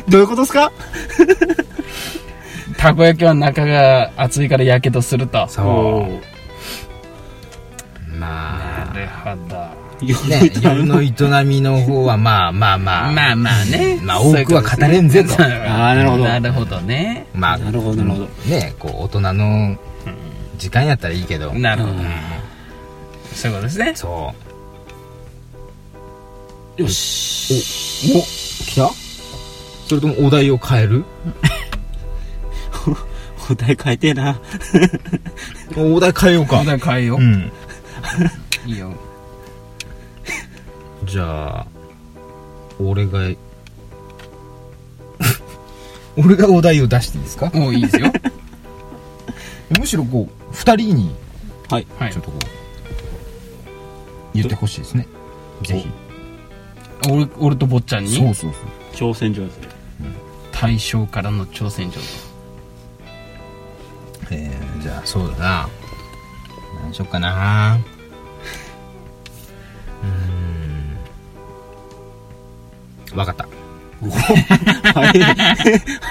[SPEAKER 3] どういうことですか
[SPEAKER 1] たこ焼きは中が熱いからやけどすると。
[SPEAKER 2] う
[SPEAKER 3] お
[SPEAKER 2] そ
[SPEAKER 3] ー
[SPEAKER 2] うまあ、
[SPEAKER 1] なるほど。
[SPEAKER 2] ね、夜
[SPEAKER 3] 夜の
[SPEAKER 2] の営みの方はまあまあまあ
[SPEAKER 1] まあまあね。
[SPEAKER 2] まあ多くは語れんぜと
[SPEAKER 1] あ
[SPEAKER 3] あーなるほど
[SPEAKER 1] なるほどね。
[SPEAKER 2] まあ
[SPEAKER 3] なるほどなるほど
[SPEAKER 2] ねこう大人の時間やったらいいけど、
[SPEAKER 1] なるほど
[SPEAKER 3] うん。
[SPEAKER 1] そういうことですね。
[SPEAKER 2] そ
[SPEAKER 3] よし。
[SPEAKER 2] うお来たそれともお題を変える
[SPEAKER 3] お題変えてえな。
[SPEAKER 2] お題変えよう
[SPEAKER 1] お題変えよ
[SPEAKER 2] うん
[SPEAKER 1] う。いいよ。
[SPEAKER 2] じゃあ俺が 俺がお題を出していいですか
[SPEAKER 1] もういいですよ。
[SPEAKER 2] むしろこう2人に
[SPEAKER 3] はい。
[SPEAKER 1] はい
[SPEAKER 2] ちょっ。とこう言ってほしいですねぜひ
[SPEAKER 1] 俺、俺と坊ちゃん
[SPEAKER 2] そう
[SPEAKER 1] に、
[SPEAKER 2] そうそう
[SPEAKER 3] 挑戦状ですね。
[SPEAKER 1] 対象からの挑戦状。
[SPEAKER 2] えー、じゃあそうだな何しよっかなうーんわかった
[SPEAKER 3] 早い。早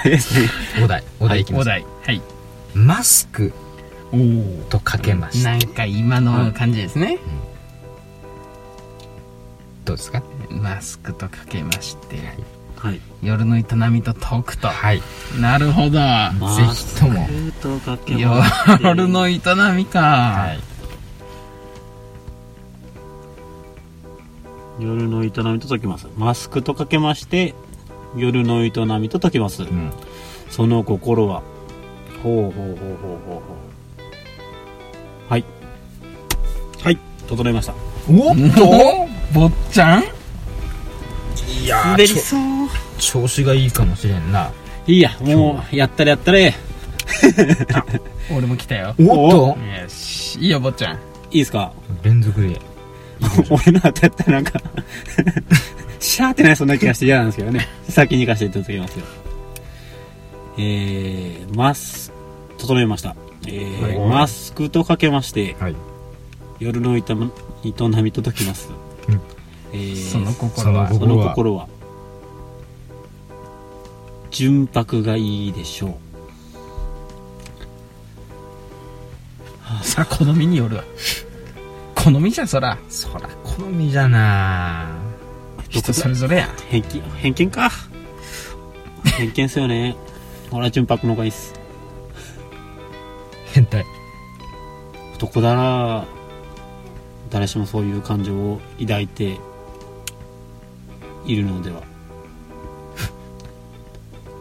[SPEAKER 3] いですね。
[SPEAKER 2] お題お題いきま
[SPEAKER 1] お
[SPEAKER 2] す、
[SPEAKER 1] 題。はい。
[SPEAKER 2] マスク
[SPEAKER 1] おお。
[SPEAKER 2] とかけました
[SPEAKER 1] なんか今の感じですね。
[SPEAKER 2] どうですか
[SPEAKER 1] マスクとかけまして、
[SPEAKER 3] はい。
[SPEAKER 1] 夜の営みと解くと。
[SPEAKER 2] はい
[SPEAKER 1] なるほど。
[SPEAKER 2] ぜひとも
[SPEAKER 3] ずっとかけまして
[SPEAKER 1] 夜の営みか。
[SPEAKER 3] 夜の営みと解きますマスクとかけまして夜の営みと解きます、
[SPEAKER 2] うん
[SPEAKER 3] その心はほうほうほうほうほうほうはいはい整いました
[SPEAKER 2] お
[SPEAKER 1] お坊ちゃん
[SPEAKER 2] いいやー
[SPEAKER 3] 滑りそう。
[SPEAKER 2] ちょ調子がいいかもしれんない
[SPEAKER 3] いや、もう、やったらやったらえ
[SPEAKER 1] 俺も来たよ。
[SPEAKER 2] おっと
[SPEAKER 1] よし。いいよ、坊ちゃん。
[SPEAKER 3] え。いいですか
[SPEAKER 2] 連続で
[SPEAKER 3] 俺の当たったなんか、 シャーってないそんな気がして嫌なんですけどね。先に行かせていただきますよ。えー、マス、整えました。えー、
[SPEAKER 2] はい
[SPEAKER 3] マスクとかけまして、
[SPEAKER 2] はい
[SPEAKER 3] 夜の営む営み届きます。
[SPEAKER 2] うん
[SPEAKER 3] えー
[SPEAKER 1] その心は
[SPEAKER 2] そ。の
[SPEAKER 3] その心は純白がいいでしょう
[SPEAKER 1] さあ、好みによるわ。好みじゃん、そら。
[SPEAKER 2] そら好みじゃな
[SPEAKER 1] 人それぞれや。
[SPEAKER 3] 偏見偏見か偏見っすよね俺は純白の方がいいっす
[SPEAKER 2] 変態
[SPEAKER 3] 男だら誰しもそういう感情を抱いているのでは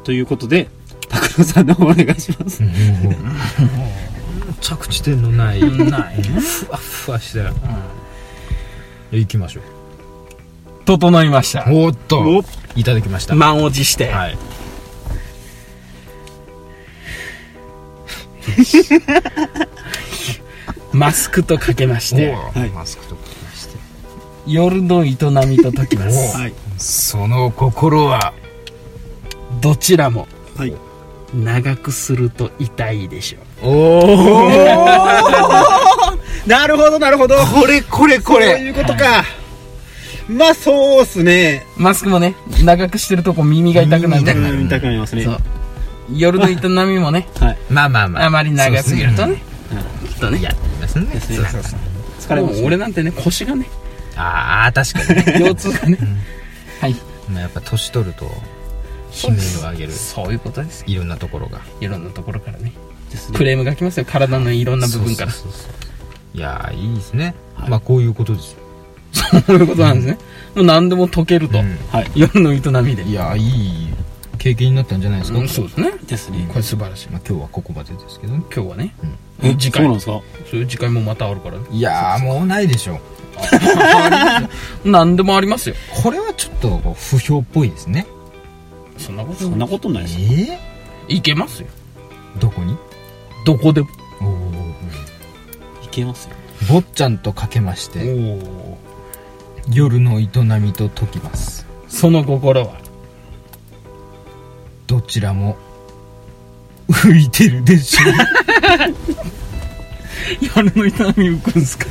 [SPEAKER 3] ということで拓郎さんの方お願いします
[SPEAKER 2] 着地点のない
[SPEAKER 1] ないね
[SPEAKER 2] ふわふわして行きましょう
[SPEAKER 1] 整いました。
[SPEAKER 2] おっといただきました
[SPEAKER 1] 満を持して。
[SPEAKER 2] はい
[SPEAKER 1] マスクとかけまして、
[SPEAKER 3] はい
[SPEAKER 2] マスクとかきまして
[SPEAKER 1] 夜の営みと解きます。
[SPEAKER 3] はい
[SPEAKER 2] その心は
[SPEAKER 1] どちらも
[SPEAKER 3] はい
[SPEAKER 1] 長くすると痛いでしょう。
[SPEAKER 2] おお
[SPEAKER 3] なるほどなるほど
[SPEAKER 2] これこれこ
[SPEAKER 3] そういうことかまあそうっすね
[SPEAKER 1] マスクもね、長くしてるとこ耳が痛くなるね。
[SPEAKER 2] 痛くなる
[SPEAKER 3] うん痛くなりますね
[SPEAKER 1] そう。夜の営みもね、
[SPEAKER 3] はい
[SPEAKER 2] まあまあまあ
[SPEAKER 1] あまり長すぎるとね、きっとね。
[SPEAKER 2] そうで
[SPEAKER 3] です
[SPEAKER 2] す
[SPEAKER 3] ね
[SPEAKER 2] ねそうですね
[SPEAKER 3] 疲れ
[SPEAKER 1] も
[SPEAKER 3] まし
[SPEAKER 1] う
[SPEAKER 3] た
[SPEAKER 1] 俺なんてね、腰がね、
[SPEAKER 2] ああ確かにね
[SPEAKER 1] 腰痛がね。はい。
[SPEAKER 2] まあやっぱ年取ると悲鳴を上げる
[SPEAKER 1] そういうことですよ。
[SPEAKER 2] いろんなところが
[SPEAKER 1] いろんなところからね。
[SPEAKER 3] です
[SPEAKER 1] ク
[SPEAKER 3] ね
[SPEAKER 1] レームが来ますよ。体のいろんな部分から。
[SPEAKER 2] そうそうそうそういやーいいですね、まあこういうことですよ、
[SPEAKER 1] そういうことなんですね。もう何でも解けると。
[SPEAKER 3] はい
[SPEAKER 1] 夜の営みで。
[SPEAKER 2] いやーいい経験になったんじゃないですか、
[SPEAKER 1] うんそうですね。
[SPEAKER 3] ですね
[SPEAKER 1] これ素晴らしい。
[SPEAKER 2] まあ、今日はここまでですけどね
[SPEAKER 1] 今日はね。
[SPEAKER 3] え
[SPEAKER 1] 次
[SPEAKER 3] そう
[SPEAKER 1] 回
[SPEAKER 3] なんですか
[SPEAKER 1] そういう次回もまたあるからね。
[SPEAKER 2] いやーもうないでしょう
[SPEAKER 1] 何でもありますよ。
[SPEAKER 2] これはちょっとこう不評っぽいですね
[SPEAKER 1] そんなこと
[SPEAKER 3] そんなことない
[SPEAKER 2] え
[SPEAKER 3] です
[SPEAKER 2] え
[SPEAKER 1] いけますよ。
[SPEAKER 2] どこに
[SPEAKER 1] どこでも。
[SPEAKER 2] おー
[SPEAKER 3] いけますよ
[SPEAKER 2] 坊ちゃんとかけまして
[SPEAKER 1] お
[SPEAKER 2] 夜の営みと解きます
[SPEAKER 1] その心は。
[SPEAKER 2] どちらも浮いてるでしょ
[SPEAKER 1] 夜の痛み浮くんすか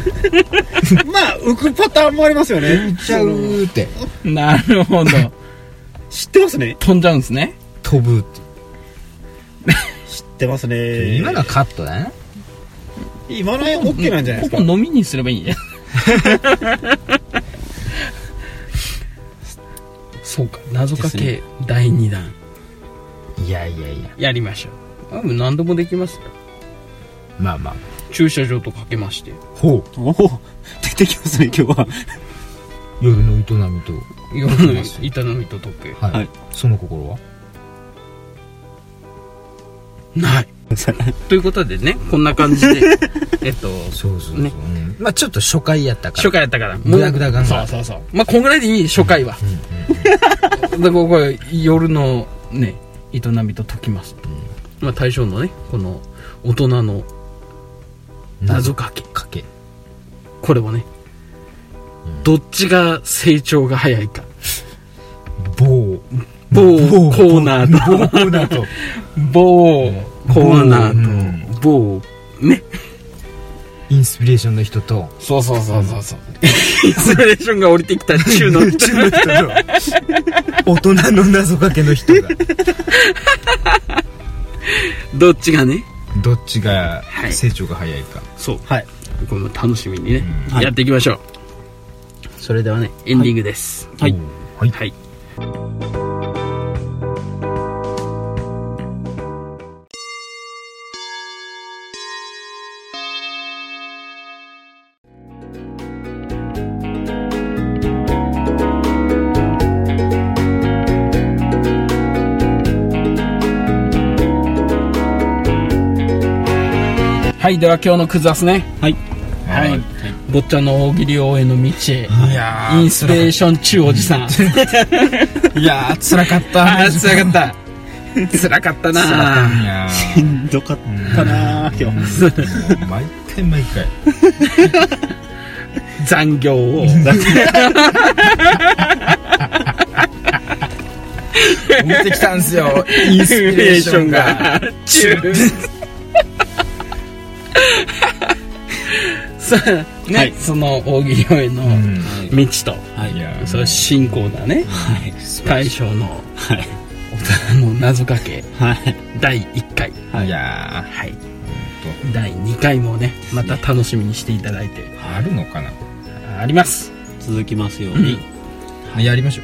[SPEAKER 3] まあ浮くパターンもありますよね
[SPEAKER 2] 浮いちゃうーって
[SPEAKER 1] なるほど。
[SPEAKER 3] 知ってますね
[SPEAKER 1] 飛んじゃうんですね。
[SPEAKER 2] 飛ぶって、
[SPEAKER 3] 知ってますね
[SPEAKER 2] 今のはカットだね
[SPEAKER 3] 今のは OK なんじゃないです
[SPEAKER 1] こ
[SPEAKER 3] か
[SPEAKER 1] こ飲みにすればいいんや。 そうか。謎か
[SPEAKER 3] で
[SPEAKER 1] け第2弾。
[SPEAKER 2] いやいやいや
[SPEAKER 1] やりましょう。多分何でもできますよ。
[SPEAKER 2] まあまあ
[SPEAKER 1] 駐車場とかけまして。
[SPEAKER 2] ほう
[SPEAKER 3] おお出てきますね今日は
[SPEAKER 2] 夜の営みと
[SPEAKER 1] 夜の痛みと解く。
[SPEAKER 2] はい、
[SPEAKER 3] はい
[SPEAKER 2] その心は
[SPEAKER 1] ない。ということでね、こんな感じで、 えっと、
[SPEAKER 2] そうそうそう、
[SPEAKER 1] ね
[SPEAKER 2] うんまあちょっと初回やったから
[SPEAKER 1] 初回やったから。
[SPEAKER 2] グダグダガン
[SPEAKER 1] そ
[SPEAKER 2] ガ
[SPEAKER 1] う
[SPEAKER 2] ン
[SPEAKER 1] そうそう。まあ、こんぐらいでいい、初回は。だから、これ、夜のね、営みと解きます。まあ、対象のね、この、大人の謎かけ。
[SPEAKER 2] かけ
[SPEAKER 1] これをね、どっちが成長が早いか。
[SPEAKER 2] 某
[SPEAKER 1] 某コーナーと、
[SPEAKER 2] 某コーナーと
[SPEAKER 1] 某コーナーと、某、ね。
[SPEAKER 2] インスピレーションの人 と
[SPEAKER 1] そうそうそうそうそう。 インスピレーションが降りてきた中 の
[SPEAKER 2] 中の人と大人の謎かけの人が
[SPEAKER 1] どっちがね、
[SPEAKER 2] どっちが
[SPEAKER 1] はい
[SPEAKER 2] 成長が早いか、
[SPEAKER 1] そう。
[SPEAKER 3] はい
[SPEAKER 1] これも楽しみにね、
[SPEAKER 2] うん
[SPEAKER 3] はい
[SPEAKER 1] やっていきましょう。それではね、エンディングです。
[SPEAKER 3] はい
[SPEAKER 2] おーはい
[SPEAKER 1] はい。はい、では今日のクズアスね。
[SPEAKER 3] はいはい。はい。
[SPEAKER 1] 坊っちゃんの大喜利応援の道へ
[SPEAKER 2] いや
[SPEAKER 1] インスピレーション中おじ さん
[SPEAKER 2] いやー、辛かった。
[SPEAKER 1] ああつらかったつらかった
[SPEAKER 2] 辛かったん
[SPEAKER 1] な
[SPEAKER 2] や
[SPEAKER 3] しんどかったなー今日。
[SPEAKER 2] もう毎回毎回。
[SPEAKER 1] 残業を
[SPEAKER 2] 持ってきたんすよ。インスピレーションが。
[SPEAKER 1] 中さあね、
[SPEAKER 3] はい
[SPEAKER 1] その大喜利応援の
[SPEAKER 2] うん。
[SPEAKER 1] 道と、
[SPEAKER 3] はいい。
[SPEAKER 2] や
[SPEAKER 1] それ進行だね
[SPEAKER 3] はい。
[SPEAKER 1] 大将の
[SPEAKER 3] は い。
[SPEAKER 1] あの謎かけ
[SPEAKER 3] はい。
[SPEAKER 1] 第1回
[SPEAKER 2] いや
[SPEAKER 1] はい
[SPEAKER 2] ー、ほん
[SPEAKER 1] 第2回もねまた楽しみにしていただいて
[SPEAKER 2] とあるのかな。
[SPEAKER 1] あります
[SPEAKER 3] 続きますように。
[SPEAKER 2] やりましょ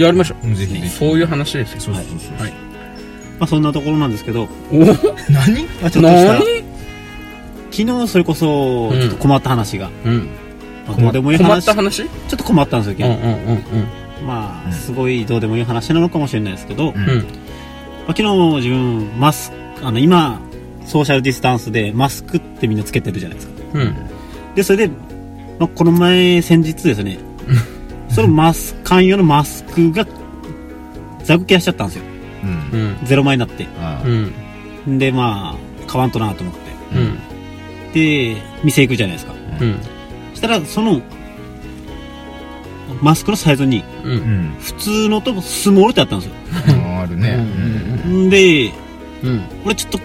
[SPEAKER 1] やりましょ
[SPEAKER 2] う。ぜひぜ
[SPEAKER 1] う
[SPEAKER 2] ひ。
[SPEAKER 1] そういう話ですよ
[SPEAKER 2] そうそうそう。
[SPEAKER 1] はい
[SPEAKER 3] まあそんなところなんですけど、
[SPEAKER 1] お
[SPEAKER 2] 何
[SPEAKER 3] まあちょっとした
[SPEAKER 1] 何、
[SPEAKER 3] 昨日それこそ、
[SPEAKER 1] うん
[SPEAKER 3] ちょっと困った話が、
[SPEAKER 1] うん、
[SPEAKER 3] まあどうでもいい
[SPEAKER 1] 困っ
[SPEAKER 3] 話、ち
[SPEAKER 1] た
[SPEAKER 3] ょ
[SPEAKER 1] 話
[SPEAKER 3] っと困ったんです
[SPEAKER 1] うんう
[SPEAKER 3] よ、
[SPEAKER 1] んうんうん
[SPEAKER 3] 昨日。ま
[SPEAKER 2] う
[SPEAKER 3] あ、
[SPEAKER 2] ん
[SPEAKER 3] すごいどうでもいい話なのかもしれないですけど、
[SPEAKER 2] う
[SPEAKER 3] ま
[SPEAKER 2] ん
[SPEAKER 1] うん
[SPEAKER 3] あ昨日自分、マスク、あの、今、ソーシャルディスタンスでマスクってみんなつけてるじゃないですか。
[SPEAKER 1] うん
[SPEAKER 3] で、それで、まあ、この前、先日ですね、そのマス、寛容のマスクが、ザグケアしちゃったんですよ。
[SPEAKER 2] う。
[SPEAKER 1] うんん
[SPEAKER 3] ゼロ枚になって。
[SPEAKER 2] あ
[SPEAKER 1] う
[SPEAKER 2] ー
[SPEAKER 1] ん
[SPEAKER 3] で、まあ、買わんとなと思っ
[SPEAKER 1] うん
[SPEAKER 3] て。で、店行くじゃないですか。
[SPEAKER 1] うん
[SPEAKER 3] そしたら、その、マスクのサイズに、
[SPEAKER 1] うんう
[SPEAKER 2] うんん。
[SPEAKER 3] 普通のとスモールってあったんですよ。
[SPEAKER 2] ある
[SPEAKER 1] う
[SPEAKER 2] ね。
[SPEAKER 1] ん
[SPEAKER 3] んで、
[SPEAKER 1] うん
[SPEAKER 3] 俺ちょっと、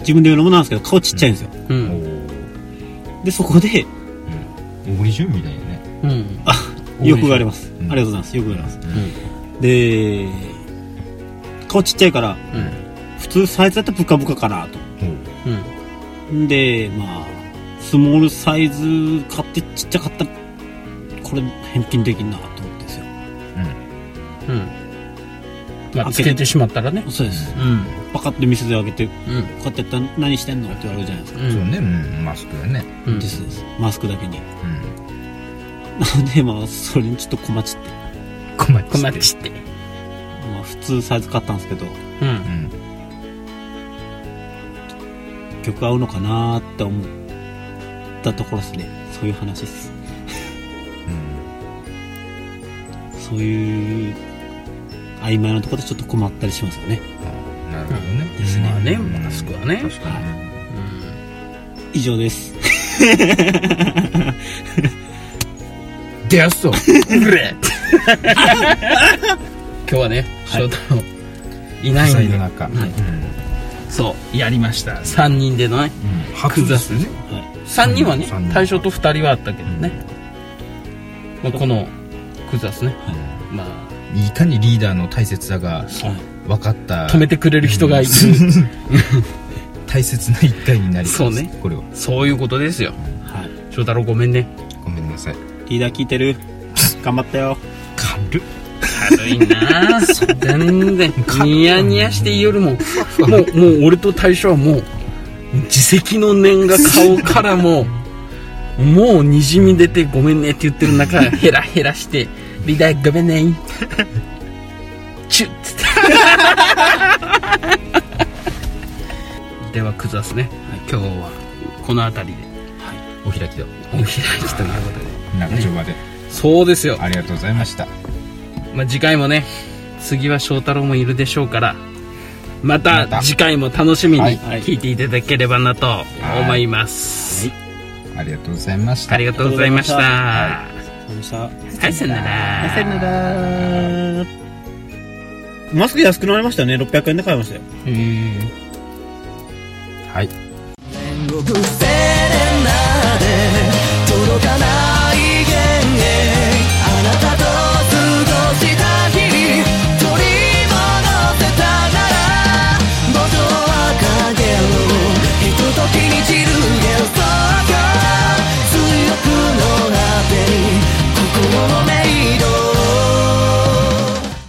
[SPEAKER 3] 自分で言うのもなんですけど、顔ちっちゃいんですよ。
[SPEAKER 1] う
[SPEAKER 2] うん。お
[SPEAKER 1] ん
[SPEAKER 2] ー
[SPEAKER 3] で、そこで、
[SPEAKER 2] うん。俺準備だよね。
[SPEAKER 1] うん
[SPEAKER 3] 欲があります。
[SPEAKER 2] ん
[SPEAKER 3] ありがとうございます。欲があります。
[SPEAKER 1] うん
[SPEAKER 3] で、顔ちっちゃいから、普通サイズだったらブカブカかなと。
[SPEAKER 1] うん
[SPEAKER 3] んで、まあ、スモールサイズ買ってちっちゃかったら、これ返品できんなと思ってですよ。
[SPEAKER 1] うんまあつけてしまったらね
[SPEAKER 3] そうです。
[SPEAKER 1] うん
[SPEAKER 3] パカって店で開けて、こ
[SPEAKER 1] うん
[SPEAKER 3] うやってやったら何してんのって言われるじゃないですか。
[SPEAKER 1] う
[SPEAKER 2] うん。そうんね、うんマスクだね。
[SPEAKER 1] うん
[SPEAKER 3] ですです。マスクだけに。
[SPEAKER 2] うん。
[SPEAKER 3] なので、まあ、それにちょっと困っちゃって。
[SPEAKER 2] 困っ
[SPEAKER 1] こんなちって
[SPEAKER 3] まあ、普通サイズ買ったんですけど、
[SPEAKER 1] うん
[SPEAKER 2] うん。
[SPEAKER 3] 曲合うのかなーって思ったところですね。そういう話です。そういう、曖昧なところでちょっと困ったりしますよね。
[SPEAKER 2] うん。なるほどね。
[SPEAKER 1] ですねまあね
[SPEAKER 2] うん
[SPEAKER 1] マスクはね
[SPEAKER 2] 確かにね。
[SPEAKER 3] 以上です。
[SPEAKER 2] 出やすそ
[SPEAKER 1] う
[SPEAKER 2] う。
[SPEAKER 1] れ今日はね
[SPEAKER 3] はい
[SPEAKER 1] 翔太郎いない
[SPEAKER 2] 塞い
[SPEAKER 1] ん
[SPEAKER 2] だ
[SPEAKER 1] で
[SPEAKER 2] 中。うん
[SPEAKER 3] はい
[SPEAKER 1] そうやりました3人でのね
[SPEAKER 2] うん初ですね。
[SPEAKER 3] はい。
[SPEAKER 1] 3人はね
[SPEAKER 2] 三人
[SPEAKER 1] 対象と2人はあったけどねまあこのクザスねまあ
[SPEAKER 2] うんいかにリーダーの大切さが
[SPEAKER 3] はい。
[SPEAKER 2] 分かった
[SPEAKER 1] 止めてくれる人がいる
[SPEAKER 2] 大切な一回になります
[SPEAKER 1] そうね
[SPEAKER 2] こ れは
[SPEAKER 1] そういうことですよ
[SPEAKER 3] はい。
[SPEAKER 1] 翔太郎ごめんね
[SPEAKER 2] ごめんなさい
[SPEAKER 3] リーダー聞いてる頑張ったよ。
[SPEAKER 2] 軽っ
[SPEAKER 1] 軽いなあ全然ニヤニヤして言いよるもんもうもう俺と大将はもう自責の念が顔からも うもうにじみ出てごめんねって言ってる中ヘラヘラして「リーダーごめんね」チュッつって ではクズアスね、今日はこの辺りで
[SPEAKER 2] お開きだ
[SPEAKER 1] お開きということで
[SPEAKER 2] 長丁場で
[SPEAKER 1] そうですよ
[SPEAKER 2] ありがとうございました
[SPEAKER 1] まあ、次回もね次は翔太郎もいるでしょうからま
[SPEAKER 2] また
[SPEAKER 1] た次回も楽しみに
[SPEAKER 2] はい
[SPEAKER 1] 聞いていただければなと思います、
[SPEAKER 2] ありがとうございました
[SPEAKER 1] ありがとうございました
[SPEAKER 3] は
[SPEAKER 1] は
[SPEAKER 3] どうでした
[SPEAKER 1] いさよなら
[SPEAKER 3] さよならマスク安くなりましたね。600円で買いましたよ。
[SPEAKER 1] うん
[SPEAKER 2] はい
[SPEAKER 5] 天国制